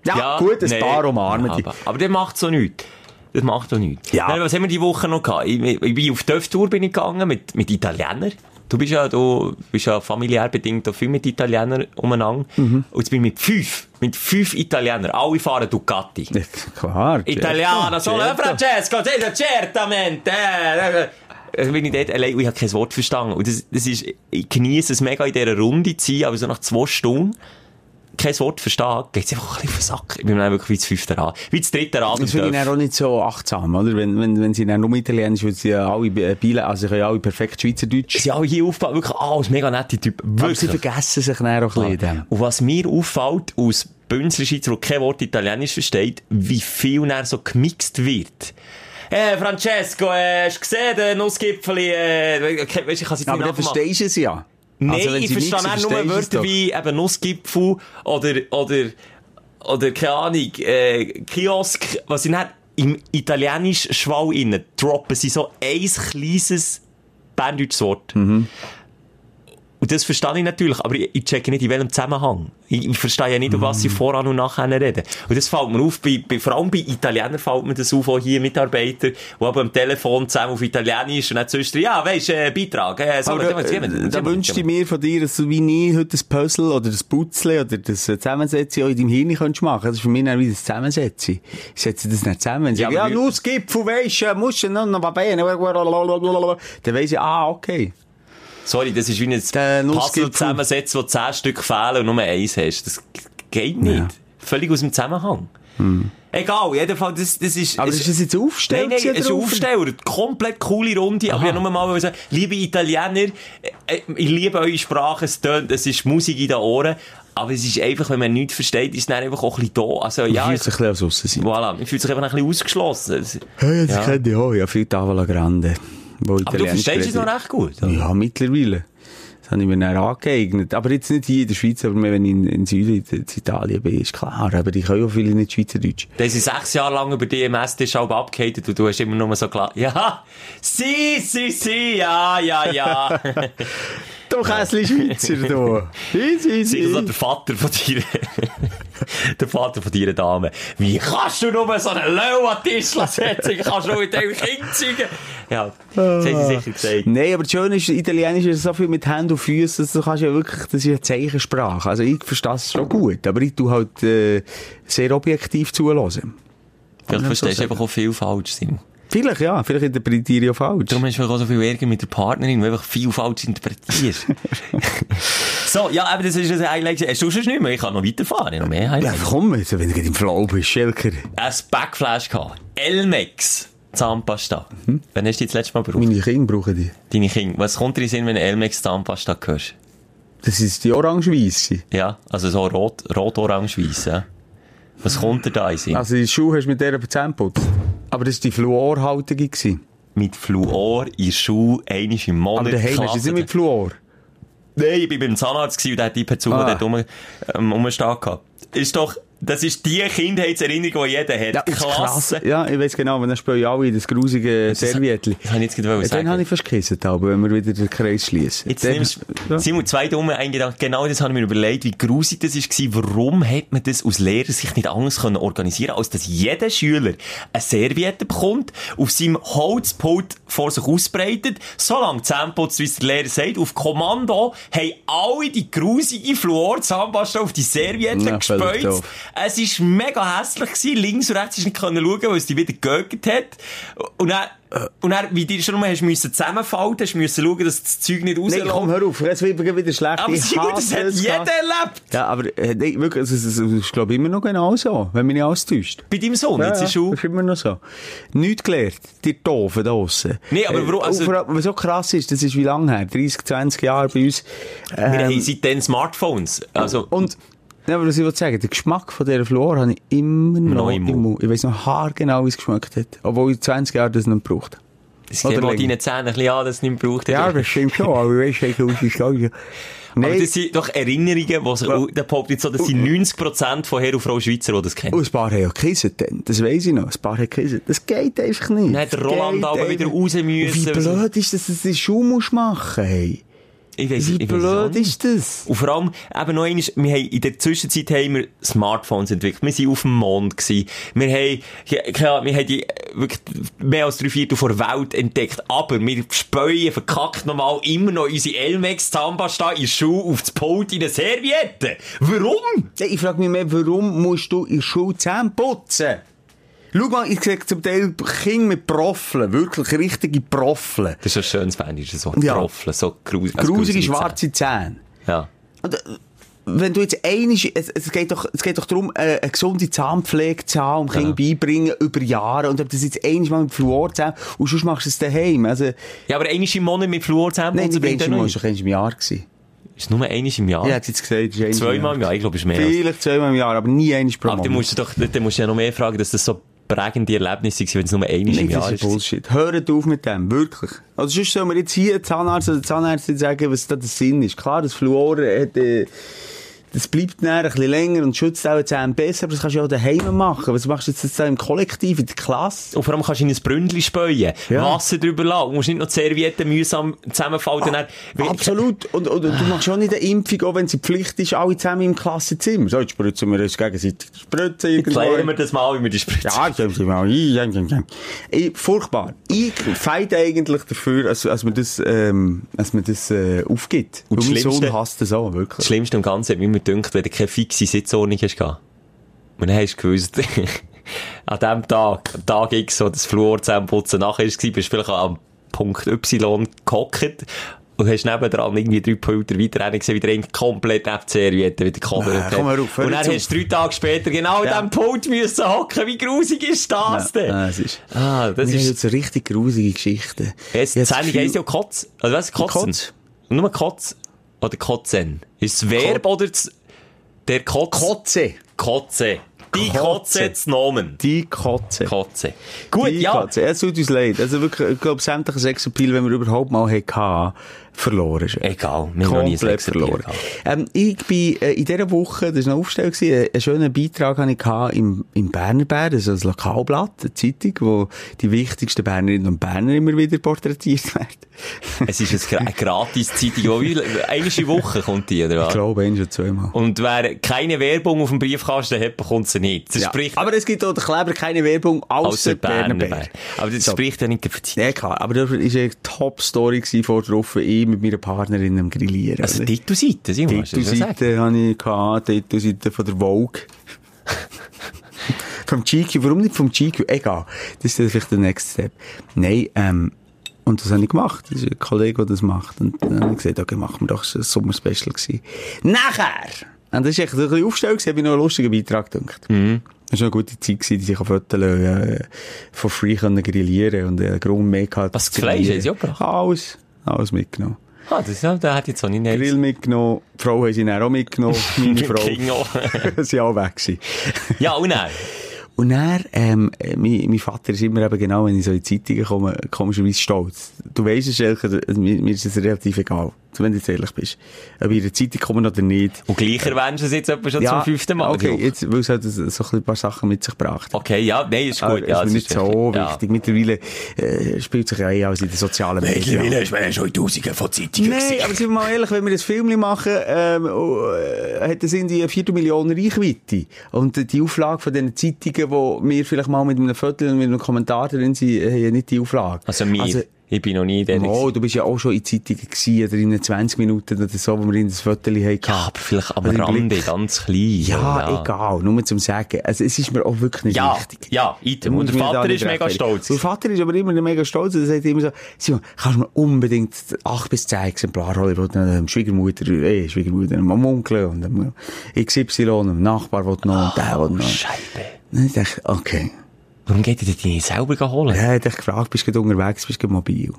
Ja, gut, ein
nee.
paar umarmen die.
Aber, aber das macht so nichts. Das macht doch nichts.
Ja.
Nein, was haben wir die Woche noch gehabt? Ich, ich bin auf Töftour bin ich gegangen mit, mit Italienern. Du bist ja, du bist ja familiär bedingt auch viel mit Italienern umeinander.
Mhm.
Und jetzt bin ich mit fünf, mit fünf Italienern. Alle fahren Ducati.
Ja, Klar.
Italiano,
Certo,
solo eh,
certo.
Francesco, sì, certamente. eh. Dann bin ich dort allein und ich habe kein Wort verstanden. Und das, das ist, ich genieße es mega in dieser Runde zu sein, aber so nach zwei Stunden kein Wort verstehen, geht es einfach ein bisschen auf den Sack. Ich bin dann wirklich wie das fünfte Rad, wie das dritte Rad im
Das finde ich
Dorf.
dann auch nicht so achtsam, oder? Wenn, wenn, wenn sie dann nur Italienisch, weil sie ja alle äh, Biele, also sie können ja alle perfekt Schweizerdeutsch.
Sie alle hier aufgebaut, wirklich alles mega nette Typen.
Aber sie
Wirklich. Ah.
vergessen sich dann auch ein bisschen in dem.
Und was mir auffällt, aus Bünzlerschweizer, der kein Wort Italienisch versteht, wie viel dann so gemixt wird. Eh, Francesco, eh, hast du gesehen, den Nussgipfeli, äh, okay, weißt, ich kann es jetzt
Aber dann
nicht nachmachen.
verstehst du es ja.
Nein,
Also, wenn
ich
sie nichts
verstehe auch nur
verstehst, ist
Wörter
doch-
wie eben Nussgipfel oder, oder, oder, keine Ahnung, äh, Kiosk, was sind dann im italienisch Schwall innen
Mhm.
droppen sie so ein kleines Berndeutsches Wort. Und das verstehe ich natürlich, aber ich, ich checke nicht, in welchem Zusammenhang. Ich, ich verstehe ja nicht, um
Mhm.
was sie voran und nachher reden. Und das fällt mir auf, bei, bei, vor allem bei Italienern fällt mir das auf, auch hier Mitarbeiter, die eben am Telefon zusammen auf Italienisch und dann zwischen, ja, weisst, äh, Beitrag, äh, so,
Aber da, da wünschte ich mir von dir, dass du wie nie heute das Puzzle oder das Putzle oder das äh, Zusammensetzen auch in deinem Hirn kannst machen. Das ist für mich dann wie das Zusammensetzen. Ich setze das nicht zusammen.
Ja,
Ja, ja
aber
los, Gipfel, weisst
äh,
du, musst du noch, noch was beten. Dann weiss ich, ah, okay.
Sorry, das ist wie
Der
ein
Nussgipfel.
Puzzle zusammensetzen, wo zehn Stück fehlen und nur eins hast. Das g- geht nicht. Völlig aus dem Zusammenhang. Egal, jedenfalls, das, das ist...
Hm. Aber
es-
ist das jetzt ein Aufsteller
Nein, nein,
gewesen
es ist
oder
ein
auf-
Aufsteller. Komplett coole Runde, aber ich wollte nur mal wollte sagen, liebe Italiener, äh, ich liebe eure Sprache, es tönt, es ist Musik in den Ohren, aber es ist einfach, wenn man nichts versteht, ist es dann einfach auch ein bisschen da. Also
Ja,
ja,
ich
ich,
muss ein bisschen aus Aussen sein.
voilà, ich fühle sich einfach ein bisschen ausgeschlossen. Das-
Hey, das kenne ich auch. Oh, Ja, viel Tavola Grande. Wo
Aber du
Italienisch
verstehst es
geredet
noch recht gut.
wird. Ja, mittlerweile. Das habe ich mir dann angeeignet. Aber jetzt nicht hier in der Schweiz, aber wenn ich in, in Süden, in Italien bin, ist klar. Aber ich kann ja viele nicht Schweizerdeutsch.
Da sind sechs Jahre lang über DMS die Schraube abgehatet und du hast immer nur so klar, ja, si, si, si, ja, ja, ja.
Du Käsli Schweizer, du.
Sicher
Easy,
so
easy.
der Vater von dir, der Vater von deiner Dame. Wie kannst du nur so einen Löw an den Tisch lassen setzen? Ich kannst nur mit dem Kind zeigen. Ja, das haben sie sicher gesagt.
Nein, aber das Schöne ist, Italienisch ist so viel mit Händen und Füßen, dass du kannst ja wirklich, das ist eine Zeichensprache. Also ich verstehe es schon gut, aber ich tue halt äh, sehr objektiv zulassen.
Vielleicht verstehst du einfach auch viel falsch, Simon.
Vielleicht ja, vielleicht interpretiere ich auch falsch.
Darum hast du auch so viel Ärger mit der Partnerin, weil du einfach viel falsch interpretierst. so, ja, aber das ist ein Highlight. gewesen. Hast du sonst nicht mehr? Ich kann noch weiterfahren. Ich habe noch mehr Highlights.
Ja, komm, also, wenn du gerade im Flow bist, Schelker.
ein Backflash gehabt. Elmex. Zahnpasta. Wann hast du die das letzte Mal gebraucht?
Mhm. Meine Kinder brauchen die.
Deine Kinder. Was kommt dir in den Sinn, wenn du Elmex Zahnpasta hörst?
Das ist die orange-weisse.
Ja? Also so rot, rot-orange-weiss, ja? Was kommt dir da in den Sinn?
Also die Schuhe hast du mit der Zähneputz. Aber das war die fluorhaltige. gewesen.
Mit Fluor in Schuhe, einmal im
Aber
Monat.
daheim hast du
Klasse.
sie mit Fluor.
Nein, ich bin beim Zahnarzt gewesen und der hat die Person,
Ah.
die dort rum, ähm, rumstehen gehabt. Ist doch, das ist die Kindheitserinnerung, die jeder hat.
und das Krasse- Ja, ich weiss genau, wenn dann spielen alle in das grusige Serviettli.
Das habe ich jetzt gerade
Ja,
sagen.
Dann habe ich fast gegessen, aber wenn wir wieder den Kreis schließen.
Jetzt nimmst du, Simon, zwei dumme eingedacht. Genau das habe ich mir überlegt, wie grusig das war. Warum hat man das aus Lehrer sich nicht anders können organisieren als dass jeder Schüler eine Serviette bekommt, auf seinem Holzpult vor sich ausbreitet, solange Zahnputz, wie es der Lehrer sagt, auf Kommando haben alle die grusige Fluor Zahnpasta auf die Serviette
Ja, völlig
gespeuzt.
doof.
Es war mega hässlich. Gewesen. Links und rechts ist nicht können schauen, weil es die wieder gegögelt hat. Und dann, und dann, wie dir schon mal hast müssen zusammenfalten, hast müssen schauen, dass das Zeug nicht
Nein, komm,
rausläuft.
hör auf, jetzt wird wieder schlecht.
Aber
Ich
sie gut, das
hasse
hat
es,
jeder
Gott.
erlebt.
Ja, aber äh, nein, wirklich, es ist, es ist glaube ich, immer noch genau so, wenn mich nicht alles täuscht.
Bei deinem Sohn,
Ja,
jetzt
ja,
ist schon.
Das ist immer noch so. Nichts gelernt. Die Doofen da draussen.
Nee, aber warum-
und
also-
vor allem, was so krass ist, das ist wie lange her? 30, 20 Jahre bei uns.
Wir
Ähm,
haben seitdem Smartphones. Also,
und, nein, aber was ich will sagen, der Geschmack von dieser Flor habe ich immer noch
im
im
Mund.
Mund. Ich weiss noch haargenau, wie es geschmeckt hat. Obwohl ich 20 Jahre das nicht gebraucht habe.
es geht
oder
mal
länger.
deinen Zähnen ein bisschen an, dass es nicht mehr braucht.
Ja, das stimmt schon, aber ich weiss, ich weiß, ich weiß.
Aber
Nein,
das sind doch Erinnerungen, die sich, da behauptet jetzt so, das sind 90% von Herr und Frau Schweizer, die das kennen.
und ein paar haben ja gekissen dann. Das weiss ich noch. Ein paar haben gekissen. Das geht einfach nicht.
Dann hat der Roland
Geht
aber wieder
einfach-
raus
Und Wie
müssen.
blöd ist das, dass du den Schuh musst machen hey?
Ich weiss-
Wie
ich weiss es auch
blöd
nicht.
ist das?
Und vor allem, eben noch einmal, wir haben, in der Zwischenzeit haben wir Smartphones entwickelt. Wir sind auf dem Mond gewesen. Wir haben, ja, keine Ahnung, wir haben die, äh, wirklich mehr als drei Viertel von der Welt entdeckt. Aber wir speuen, verkackt nochmal immer noch unsere Elmex Zahnpasta in Schuhe auf das Pult in eine Serviette. Warum?
Nein, Ich frage mich mehr, warum musst du in der Schule Zähne putzen? Schau mal, ich sehe zum Teil Kinder mit Proffeln, wirklich richtige Proffeln.
Das ist ein schönes Band, so
Ja.
getroffen, so grusig. also
Grusige
grusige
schwarze Zähne.
Zähne. Ja.
Und, äh, wenn du jetzt einisch, es, es geht doch, es geht doch darum, äh, eine gesunde Zahnpflege zu haben, um Kinder beibringen über Jahre. Und ob das jetzt einisch mal mit Fluor zusammen, und sonst machst du es daheim. Also,
Ja, aber einmal im Monat mit Fluor
nein,
Zahnpasta
nicht
bringt
einisch
er
mal,
noch.
es war doch im Jahr. Gewesen.
Ist nur einmal im Jahr?
Ich hätte jetzt gesagt, es war einmal
Ah. Zweimal im Jahr, ich glaube, es ist mehr als
Vielleicht zweimal im Jahr, aber nie einisch pro
Aber
Monat.
dann musst du doch, dann musst du ja noch mehr fragen, dass das so prägende Erlebnisse waren, wenn es nur einmal im
Nein,
Jahr
das
ist.
ist Bullshit. Hört auf mit dem, wirklich. Also sonst sollen wir jetzt hier Zahnarzt oder Zahnärztin sagen, was da der Sinn ist. Klar, das Fluor hat, äh, Das bleibt dann ein bisschen länger und schützt auch die Zähne besser, aber das kannst du ja auch daheim machen. Was machst du jetzt jetzt da im Kollektiv, in der Klasse?
Und vor allem kannst du in ein Bründchen späuen,
Ja.
Wasser drüber lassen, du musst nicht noch die Servietten mühsam zusammenfalten. Ah,
Absolut. Und, und, und du machst auch nicht eine Impfung, auch wenn sie Pflicht ist, alle zusammen im Klassenzimmer. So, jetzt spritzen wir uns gegenseitig die Spritze
Klären wir
irgendwo.
das mal, wie wir die Spritze...
Ja, ich hab's immer. Ich- ich- ich- ich- ich- Furchtbar. Ich feide eigentlich dafür, als, als man das, ähm, als man das äh, aufgibt.
Und
Und
das
mein Sohn
Schlimmste-
hasst das auch,
Das
wirklich.
Schlimmste am Ganzen hat mich immer gedacht, wenn du keine fixe Sitzordnung hast. gehabt. Und dann hast du gewusst, an dem Tag, am Tag X, wo das Flur zusammenputzen nachher war, bist du vielleicht am Punkt Y gehockt und hast nebendran irgendwie drei Pulter weiter rein gesehen, wie der eine komplett neben die Serviette wieder
Nein,
gekommen
komm, hör auf, hör
Und dann
jetzt
hast du drei Tage später genau an
Ja.
diesem Pult müssen hocken. Wie grusig ist das denn?
Nein, es ist,
Ah, das
wir haben
ist...
jetzt eine richtig grusige Geschichte.
Es,
Ich hab das
Zähne
Gefühl-
heisst ja Kotz. Also was? Kotzen?
Kotz.
Nur Kotz. Oder Kotzen. Ist das Verb oder das... Der Kotz...
Kotze.
Kotze. Die
Kotze.
Kotze zu Nomen.
Die Kotze.
Kotze. Gut,
die
ja.
Kotze. Es tut uns leid. Also wirklich, ich glaube, sämtlicher Sexappeal, wenn wir überhaupt mal hatten, verloren ist.
Egal, wir haben noch nie ein
Komplett
Sexappeal
verloren.
gehabt.
Ähm, ich bin äh, in dieser Woche, das war noch Aufstellung, gewesen, äh, einen schönen Beitrag hatte ich gehabt im, im Berner Bär, also ein Lokalblatt, eine Zeitung, wo die wichtigsten Bernerinnen und Berner immer wieder porträtiert werden.
Es ist jetzt gra- eine gratis Zeitung, die wie- einmal in Woche kommt die, oder
ich
was?
glaube, ein schon zweimal.
Und wer keine Werbung auf dem Briefkasten hat, bekommt sie nicht. Das
Ja.
spricht
Aber es gibt auch den Kleber keine Werbung, außer,
außer Berner
Berner Bär.
Bär. Aber das
So.
spricht ja nicht für die Zeitung.
Ja, klar. Aber das war eine Top-Story gewesen, vor der Offen, ich mit meiner Partnerin am Grillieren.
Also
oder?
Titelseite, Simon, hast du das gesagt?
Titelseite hatte ich, gehabt, Titelseite von der Vogue. vom GQ, warum nicht vom GQ? Egal, das ist dann vielleicht der Next Step. Nein, ähm, und das habe ich gemacht. Das ist ein Kollege, der das macht. Und dann habe ich gesagt, okay, machen wir doch, das war ein Sommerspecial. Gewesen. Nachher! Und das ist echt ein bisschen aufgestellt, gewesen, habe ich noch einen lustigen Beitrag gedacht. Das war noch eine gute Zeit, gewesen, die sich auf Fotos äh, von Free können grillieren und äh, Grund mehr gehabt.
Was, das
zu
Fleisch
grillieren.
haben sie auch gebracht?
Alles, alles mitgenommen.
Ah, das, ja, da hat jetzt auch nicht
Grill
Grill.
mitgenommen, die Frau haben sie dann auch mitgenommen, meine
Ging
Frau.
auch.
sie alle weg gewesen.
Ja, und dann?
Und dann, ähm, äh, mein, mein Vater ist immer eben genau, wenn ich so in die Zeitungen komme, komischerweise stolz. Du weisst es, Schelker, mir, mir ist es relativ egal, wenn du jetzt ehrlich bist. Ob ich in der Zeitung komme oder nicht.
Und gleich erwähnst du es jetzt etwa schon zum fünften Mal.
Okay,
Druck.
jetzt, weil es halt so so ein paar Sachen mit sich gebracht hat.
okay, ja, nein, ist
Aber
gut. ja,
Äh, ist
es
mir nicht so
ja.
wichtig. Mittlerweile äh, spielt sich ja eh alles in den sozialen Medien. ab.
ist man schon in Tausenden von Zeitungen
Nein, aber sind wir mal ehrlich, wenn wir ein Film machen, ähm, oh, äh, hat das irgendwie eine Viertelmillion Reichweite. Und äh, die Auflage von den Zeitungen, wo wir vielleicht mal mit einem Viertel und mit einem Kommentar drin sind, äh, haben ja nicht die Auflage.
Also mir. ich bin noch nie der.
oh, du bist ja auch schon in Zeitungen gewesen, oder in 20 Minuten oder so, wo wir in das Viertel hatten.
Ja, aber vielleicht am
Also im
Rande,
Blick.
ganz klein.
Ja,
oder?
egal, nur zum Sagen. Also, es ist mir auch wirklich nicht
Ja,
wichtig.
ja, item. Und der
Muss mir da
Vater
nicht
ist mega
rechtfertigen.
stolz.
Der Vater ist aber immer noch mega stolz. Er sagt immer so, Simon, kannst du mir unbedingt 8 bis 10 Exemplare holen? Ich will noch dem Schwiegermutter, eh, Schwiegermutter, am Onkel und dem XY, dem Nachbar will noch, und der will noch.
Scheibe.
Dann dachte ich, okay.
Warum geht ihr die nicht selber holen?
Er hat dich gefragt, bist du gerade unterwegs, bist du gerade mobil?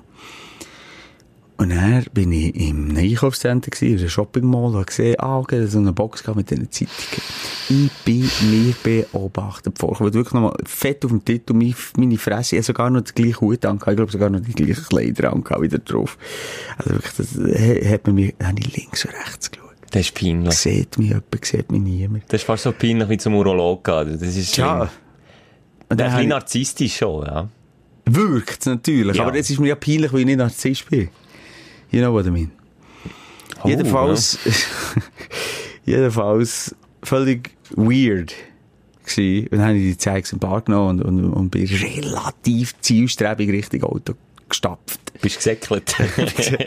Und dann bin ich im Einkaufszentrum gewesen, in einem Shopping Mall, und hab gesehen, ah, okay, da ist so eine Box gehabt mit diesen Zeitungen. Ich bin mir beobachtet vorgekommen. Wirklich nochmal fett auf dem Titel, mein- meine Fresse. Ich hab sogar noch die gleiche Hut angehabt. Ich glaube, sogar noch die gleichen Kleider angehabt, wieder drauf. Also wirklich, das äh, hat man mir, habe ich links und rechts geschaut.
Das ist peinlich.
Sieht mich jemand, sieht mich niemand.
Das ist fast so peinlich wie zum Urolog gehen. Das ist schlimm. Der
Und
ist ein
dann hab
bisschen
ich-
narzisstisch schon, ja.
Wirkt natürlich.
Ja.
Aber es ist mir ja peinlich, weil ich nicht Narzisst bin. You know what I mean.
Oh,
jedenfalls, jedenfalls völlig weird gsi. Und dann habe ich die Zeigs im Bar genommen und, und, und bin relativ zielstrebig Richtung Auto gestapft.
ne? Bist gesäckelt. ja,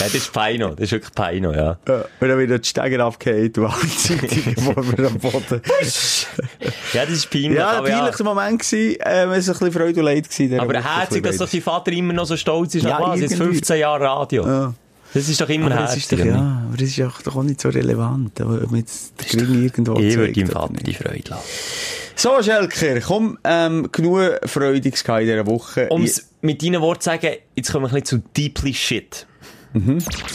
Ah,
das ist Peino. Das ist wirklich Peino, ja.
Ja, und dann bin ich dort die Steiger abgehängt und alle Zeitungen vor mir am Boden.
Ja, das ist peinlich.
ja,
aber
peinlicher Moment gsi. Ähm, es war ein bisschen Freude und Leid gewesen. in dieser
Aber
Woche.
herzig, dass doch dein Vater immer noch so stolz ist.
Ja,
Ja, was? Jetzt
irgendwie.
15 Jahre Radio.
Ja.
Das ist doch immer
Aber das
herzig.
ist doch,
oder nicht?
ja, aber das ist auch, doch auch nicht so relevant, aber ob man jetzt den Gring irgendwo
Ich würde
zeigt
deinem
oder
Vater
nicht.
die Freude lassen.
So, Schelker, komm, ähm, genug Freudiges gehabt in dieser Woche.
Um es mit deinen Worten zu sagen, jetzt kommen wir ein bisschen zu deeply shit.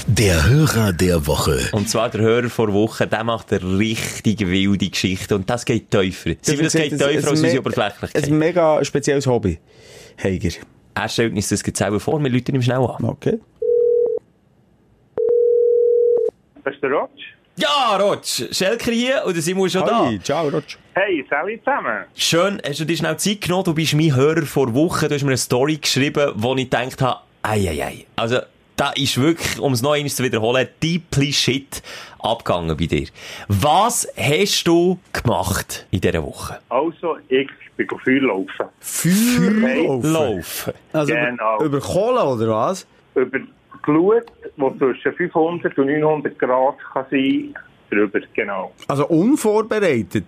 Der Hörer der Woche.
Und zwar der Hörer vor Wochen, der macht eine richtig wilde Geschichte und das geht tiefer. Simon, das geht
ist
tiefer
ein- ein
als unsere
me- Ein
Oberflächlichkeit.
mega spezielles Hobby. Heiger.
Er stellt uns das jetzt selber vor, wir läuten ihm schnell an.
Okay.
Das ist der Rotsch.
Ja, Rotsch, Schelker hier und der Simon ist schon da.
ciao, Rotsch.
Hey, salut zusammen.
Schön, hast du dir schnell Zeit genommen? Du bist mein Hörer vor Wochen. Du hast mir eine Story geschrieben, wo ich gedacht habe, ei, ei, ei. Also, da ist wirklich, um es noch einmal zu wiederholen, deeply shit abgegangen bei dir. Was hast du gemacht in dieser Woche?
Also, ich bin auf Feuer laufen.
Feuerlaufen.
Laufen.
Also
Genau.
über, über Kohle oder was?
Über die Glut, die zwischen 500 und 900 Grad kann sein drüber, genau.
Also unvorbereitet.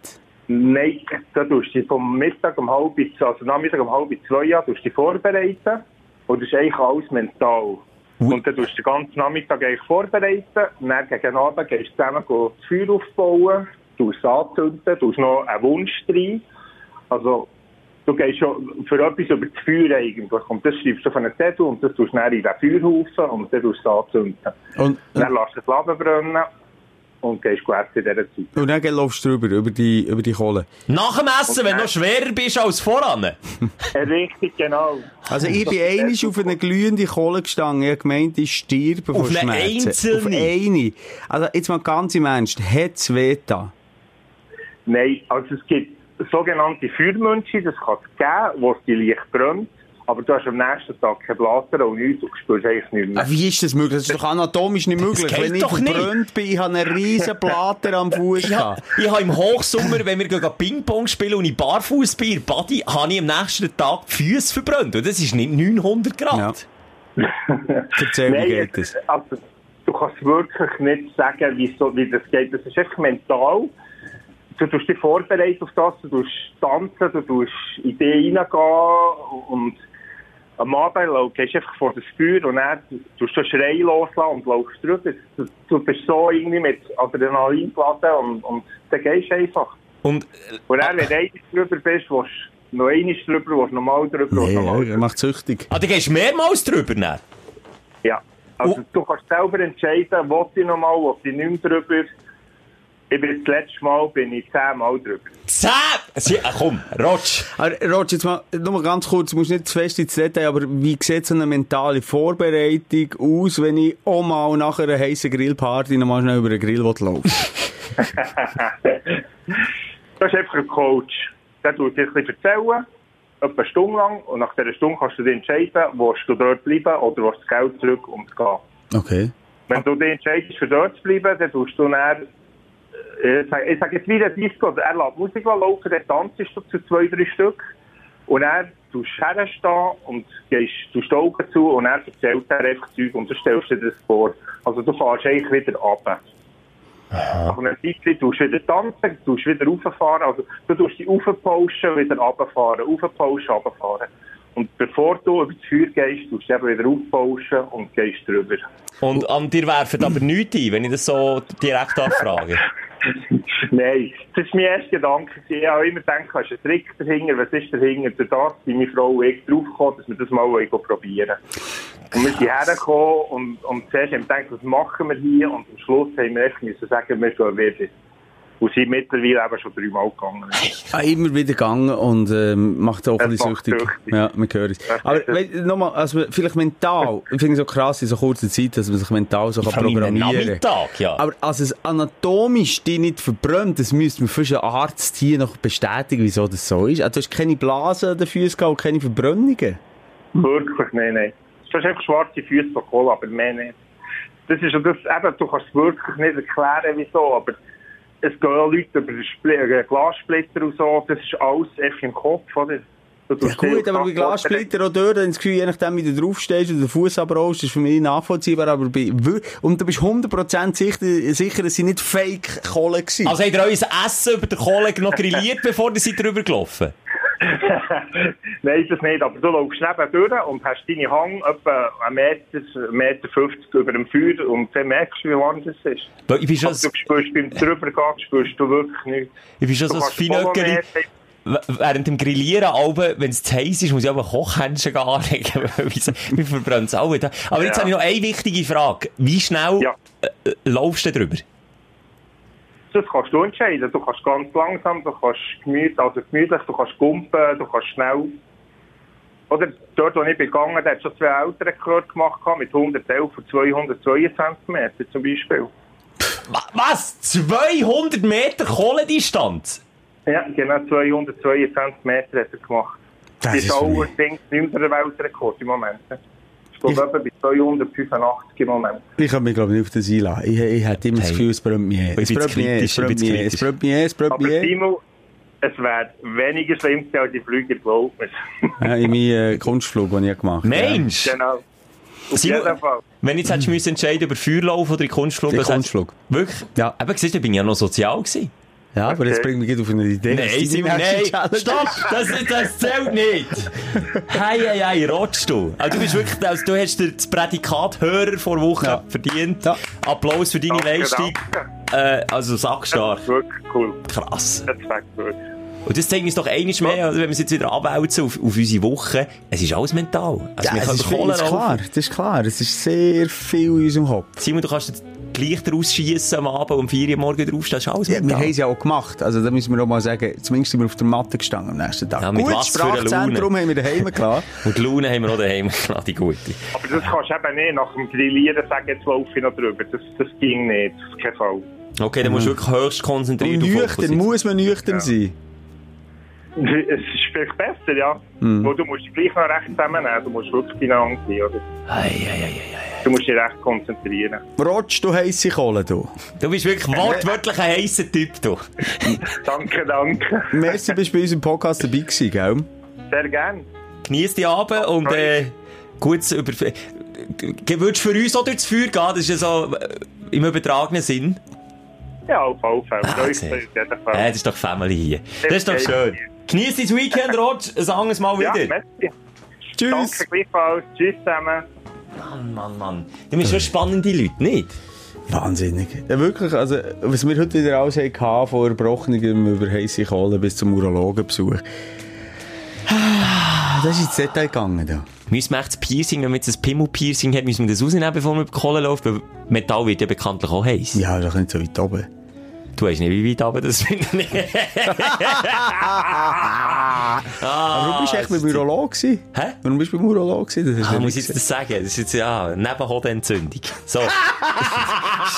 Nein, da tust du dich vom Mittag um halb, also Nachmittag um halb zwei an, tust du dich vorbereiten. Und das ist eigentlich alles mental. Und dann tust du den ganzen Nachmittag eigentlich vorbereiten. Und dann gegen Abend gehst du zusammen go das Feuer aufbauen, tust es anzünden, tust noch einen Wunsch rein. Also, du gehst schon für etwas über das Feuer eigentlich. Und das schreibst du auf einen Zettel und das tust du dann in den Feuerhaufen und dann tust du es anzünden.
Und,
Und dann lässt du das Leben brennen und gehst essen in dieser Zeit.
und dann laufst du drüber, über die, über die Kohle.
Nach dem Essen, wenn du noch schwerer bist als voran.
Richtig, genau.
Also ich bin einmal auf eine glühende Kohle gestanden. Ich hab gemeint, ich stirbe vor
Auf eine
Schmerzen.
einzelne?
Auf eine. Also jetzt mal ganz im Ernst. Hat's weh da?
Nein, also es gibt sogenannte Feuermünchen, das kann es geben, wo es die leicht brennt, aber du hast am nächsten Tag keine Blasen und nichts, du spürst eigentlich nichts mehr.
Wie ist das möglich? Das ist doch anatomisch nicht möglich.
geht
Wenn ich
doch nicht.
verbrannt bin, ich habe einen riesen Plater am Fuß.
Ich ha,
gehabt.
ich ha im Hochsommer, wenn wir gehen Ping-Pong spielen und ich barfuß bin, in der Body, habe ich am nächsten Tag die Füße verbrannt. Und das ist nicht 900 Grad.
Ja. Erzähl, wie geht das?
es- also, du kannst wirklich nicht sagen, wie, so, wie das geht. Das ist Dus echt mental. Du tust dich vorbereiten auf das, du tust tanzen, du tust in dich reingehen und am Abend laufst du einfach vor das Feuer und dann tust du einen Schrei loslassen und laufst drüber. Du, du bist so irgendwie mit Adrenalin geladen und, und dann gehst du einfach.
Und äh,
Und dann, wenn du einmal drüber bist, willst du noch einmal drüber, willst du nochmal drüber, willst
Nee,
du nochmal drüber.
ja, macht süchtig.
Ah, du gehst mehrmals drüber ne? dann?
Ja. Also,
Und-
du kannst selber entscheiden, was ich nochmal, was ich nicht mehr drüber. Ich bin das letzte Mal bin ich zehnmal drüber.
Zehn! Sie, ah, komm, Rotsch.
Aber Roger, jetzt mal, nur mal ganz kurz, du musst nicht zu fest ins Detail, aber wie sieht so eine mentale Vorbereitung aus, wenn ich auch mal nach einer heißen Grillparty noch mal schnell über den Grill laufen will?
Das ist einfach ein Coach. Der tut dir ein bisschen erzählen, etwa eine Stunde lang. Und nach dieser Stunde kannst du dich entscheiden, willst du dort bleiben oder willst du das Geld zurück und gehen.
Okay.
Wenn du dich entscheidest, für dort zu bleiben, dann tust du dann, äh, ich sag- ich sage jetzt wieder Disco, er lässt Musik laufen, dann tanzt du zu zwei, drei Stück und er tust herstehen und gehst, tust die Augen zu und er erzählt dir einfach Zeug und du stellst dir das vor. Also du fährst eigentlich wieder runter. Nach einer Zeit tust du wieder tanzen, tust wieder rauffahren, also du tust dich raufpauschen, wieder runterfahren, raufpauschen, runterfahren. Und bevor du über das Feuer gehst, tust du eben wieder aufpauschen und gehst drüber.
Und an dir werfen aber nichts ein, wenn ich das so direkt anfrage.
Nein, das war mein erster Gedanke. Ich habe immer gedacht, was ist ein Trick dahinter, was ist dahinter? Durch das sind meine Frau und ich draufgekommen, dass wir das mal wollen probieren Und wir sind hergekommen und, und zuerst haben wir gedacht, was machen wir hier? Und am Schluss haben wir echt müssen sagen, wir gehen wieder. Und sind mittlerweile eben schon dreimal gegangen.
Ah, immer wieder gegangen und ähm, macht auch ein
Es
bisschen
macht
süchtig.
süchtig.
Ja, man hört es. Aber
ist es.
weißt du, nochmal, also vielleicht mental, ich finde es so krass in so kurzer Zeit, dass man sich mental so kann
Von meinem
programmieren kann.
Nachmittag, ja.
Aber als es anatomisch dich nicht verbrennt, das müsste mir fast ein Arzt hier noch bestätigen, wieso das so ist. Also du hast keine Blasen an den Füßen gehabt, und keine Verbrennungen.
Wirklich, nein, nein. Du hast einfach schwarze Füße von Cola, aber mehr nicht. Das ist ja das, eben, du kannst es wirklich nicht erklären, wieso, aber es gehen ja Leute über den Spl- äh, Glassplitter und so, das ist alles einfach im Kopf, oder? Du
Ja
tust
gut,
dir-
aber bei Glassplitter auch dort, dann das Gefühl, je nachdem, wie du draufstehst und den Fuß abrollst, ist für mich nachvollziehbar, aber bei, wir- und du bist 100% sicher, sicher, es sind nicht Fake-Kohle gewesen.
Also habt ihr euer Essen über den Kohle noch grilliert, bevor ihr seid drüber gelaufen?
Nein, das nicht, aber du läufst neben durch und hast deine Hang etwa 1,50 Meter, einen Meter 50 über dem Feuer und dann merkst du, wie warm das ist.
Weil Ich bin schon,
Aber du spürst beim Drübergehen, spürst du wirklich nichts.
ich bin schon so
Also
Du
ein
kannst
Finöckeli.
Polonaise-
W- Während dem Grillieren, aber, wenn es zu heiß ist, muss ich aber Kochhändchen anlegen. Wir verbrennen es alle. da. Aber jetzt
Ja.
habe ich noch eine wichtige Frage. Wie schnell
Ja.
äh, äh, laufst du drüber?
Das kannst du entscheiden. Du kannst ganz langsam, du kannst gemütlich, also gemütlich, du kannst gumpen, du kannst schnell. Oder dort, wo ich bin gegangen, da hat schon zwei ältere Gehör gemacht gehabt, mit 111 und 222 Meter zum Beispiel.
Wa- Was? 200 Meter Kohledistanz?
Ja, genau 222 Meter hat er gemacht.
Das
Das
ist
ist
für mich-
allerdings nicht mehr der Weltrekord im Moment. Ich glaube, etwa bei 285 im Moment.
Ich kann mich, glaube ich, nicht auf das einladen. Ich, ich hätte immer das
Hey.
Gefühl, es brennt mich. her.
bin
Es
zu
brennt mich, her, es
kritisch, ich bin
brennt
zu
mich, her, es
kritisch.
brennt mich, her, es brennt
Aber
mich. her.
Timo, es wäre weniger schlimm gewesen als die Flüge, glaub mir.
Ja, in meinem äh, Kunstflug, den ich gemacht habe.
Mensch!
genau. Auf
Simon-
jeden Fall.
Wenn jetzt
Mhm.
hättest du müssen entscheiden über Feuerlauf oder in Kunstflug,
In
was hättest-
Kunstflug.
Wirklich?
Ja.
Aber siehst du, da bin ich ja noch sozial gewesen.
Ja, aber jetzt
Okay.
bringt mich gerade auf eine Idee. dass
Nein,
die
Simon,
nächste
nein!
Challenge-
Stopp! Das, das zählt nicht! Hei, hei, hei, rotst du! Also, du bist wirklich, also, du hast dir das Prädikat Hörer vor Woche
Ja.
verdient.
Ja.
Applaus für deine
Danke,
Leistung.
danke.
Äh, also,
Das
sackstark.
ist wirklich cool.
Krass.
Das wäre wirklich.
Und das zeigt uns doch einiges mehr, also wenn wir es jetzt wieder abwälzen auf, auf unsere Woche. Es ist alles mental. Also,
Ja,
wir
es
können
ist,
Kohle
viel-
laufen.
ist klar, das ist klar. Es ist sehr viel in unserem Kopf.
Simon, du kannst jetzt gleich draus schiessen am Abend und um 4 Uhr morgen drauf, das ist alles
Ja, wir
mental.
haben es ja auch gemacht. Also, da müssen wir auch mal sagen, zumindest sind wir auf der Matte gestanden am nächsten Tag.
Ja, mit
Gutes
was für einer
Sprachzentrum haben wir daheim gelassen.
Und die Laune haben wir auch daheim, klar, die gute.
Aber das kannst du eben nicht nach dem Grillieren sagen, jetzt laufe ich noch drüber. Das, das ging nicht. Auf keinen Fall.
Okay, dann musst du wirklich höchst
Und
konzentriert
nüchtern, muss man nüchtern sein.
Es ist vielleicht besser, ja. Weil du musst dich gleich noch recht zusammennehmen. Du musst wirklich genau sein, oder?
Eieieiei.
Du musst dich recht konzentrieren.
Rotsch, du heisse Kohle, du.
Du bist wirklich wortwörtlich ein heißer Typ, du.
Danke, danke.
Merci, bist du bei uns im Podcast dabei gewesen, gell?
Sehr gerne.
Genieß die Abend und äh, gut über... Ge- Würdest du für uns auch durchs Feuer gehen? Das ist ja so äh, im übertragenen Sinn.
Ja, auf alle Fälle.
Ah,
Läuft
sehr.
auf jeden
Äh,
Fall.
das ist doch Family hier. Das ist doch
Okay.
schön. Genieß dein Weekend, Rotsch, ein anderes Mal
Ja,
wieder.
merci.
Tschüss.
Danke gleichfalls. Tschüss zusammen.
Mann, Mann, Mann. Du bist schon spannende Leute, nicht?
Wahnsinnig. Ja, wirklich, also, was wir heute wieder alles hatten, von Erbrochenem über heisse Kohle bis zum Urologenbesuch. Ah, Das ist ins Detail gegangen, da.
Müssen wir echt das Piercing, wenn man jetzt ein Pimmel-Piercing hat, müssen wir das rausnehmen, bevor man über die Kohle läuft? Weil Metall wird ja bekanntlich auch heiß.
Ja, doch nicht so weit oben.
Du weißt nicht, wie weit aber das finde ich.
Aber
Ah,
warum bist Ah, du echt beim Urologen? gewesen?
Hä?
Warum bist du beim Urologen? gewesen? Das hast du
Ah,
nicht
muss ich jetzt das
gesagt.
sagen? Das ist jetzt, ja, Nebenhodenentzündung. So.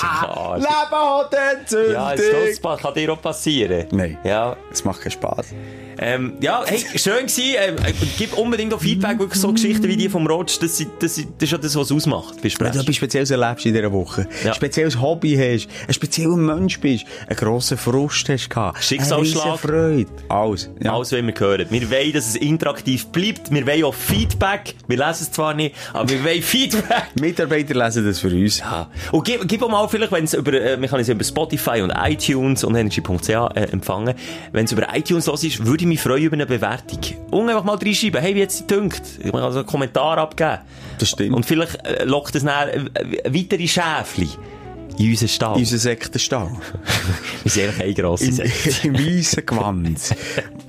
Schade.
Leben hat Entzündung!
Ja, ist los, pa- kann dir auch passieren.
Nein.
Ja,
Das macht keinen Spass.
Ähm, ja, hey, schön gewesen. Ähm, äh, gib unbedingt auch Feedback, wirklich so Geschichten wie die vom Rotsch, das, sind- das, sind- das ist ja das, was es ausmacht. Bist
Wenn du etwas Spezielles erlebst in dieser Woche,
Ja.
ein spezielles Hobby hast, ein spezieller Mensch bist, einen grossen Frust hast gehabt,
Schicksalsschlag.
eine riesen Freude, alles. Ja.
Alles, was wir hören. Wir wollen, dass es interaktiv bleibt. Wir wollen auch Feedback. Wir lesen es zwar nicht, aber wir wollen Feedback.
Mitarbeiter lesen das für uns.
Ja. Ah. Und gib, gib auch mal vielleicht, wenn es über, äh, wir können es über Spotify und iTunes und energy.ch äh, empfangen. Wenn es über iTunes los ist, würde ich mich freuen über eine Bewertung. Und einfach mal reinschreiben, hey, wie hat es dünkt? Man kann also einen Kommentar abgeben.
Das stimmt.
Und vielleicht äh, lockt es dann äh, weitere Schäfli in unseren Stall.
Unser Sektenstall.
Wir sind eigentlich eine grosse
Im,
Sekte.
im weissen Gewand.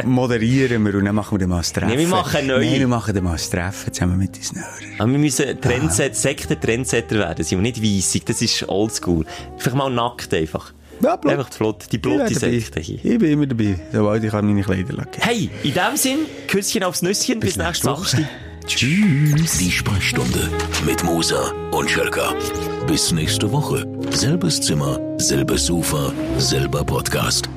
Moderieren wir und dann machen wir dann mal ein Treffen.
wir machen eine neue.
Nein, wir machen dann mal ein Treffen zusammen mit unseren Hörern.
Aber Ah, wir müssen Trendset Sekten-Trendsetter werden, Simon. Nicht weissig, das ist oldschool. Vielleicht mal nackt einfach.
Ja, blott.
Einfach flott, die
Ich
blotte
bin dabei.
Sekte hier.
Ich bin immer dabei, sobald ich meine Kleider lassen kann.
Hey, in dem Sinn, Küsschen aufs Nüsschen, bis, nächste
nächste Woche.
Samstag.
Die Sprechstunde mit Musa und Schelka. Bis nächste Woche. Selbes Zimmer, selbes Sofa, selber Podcast.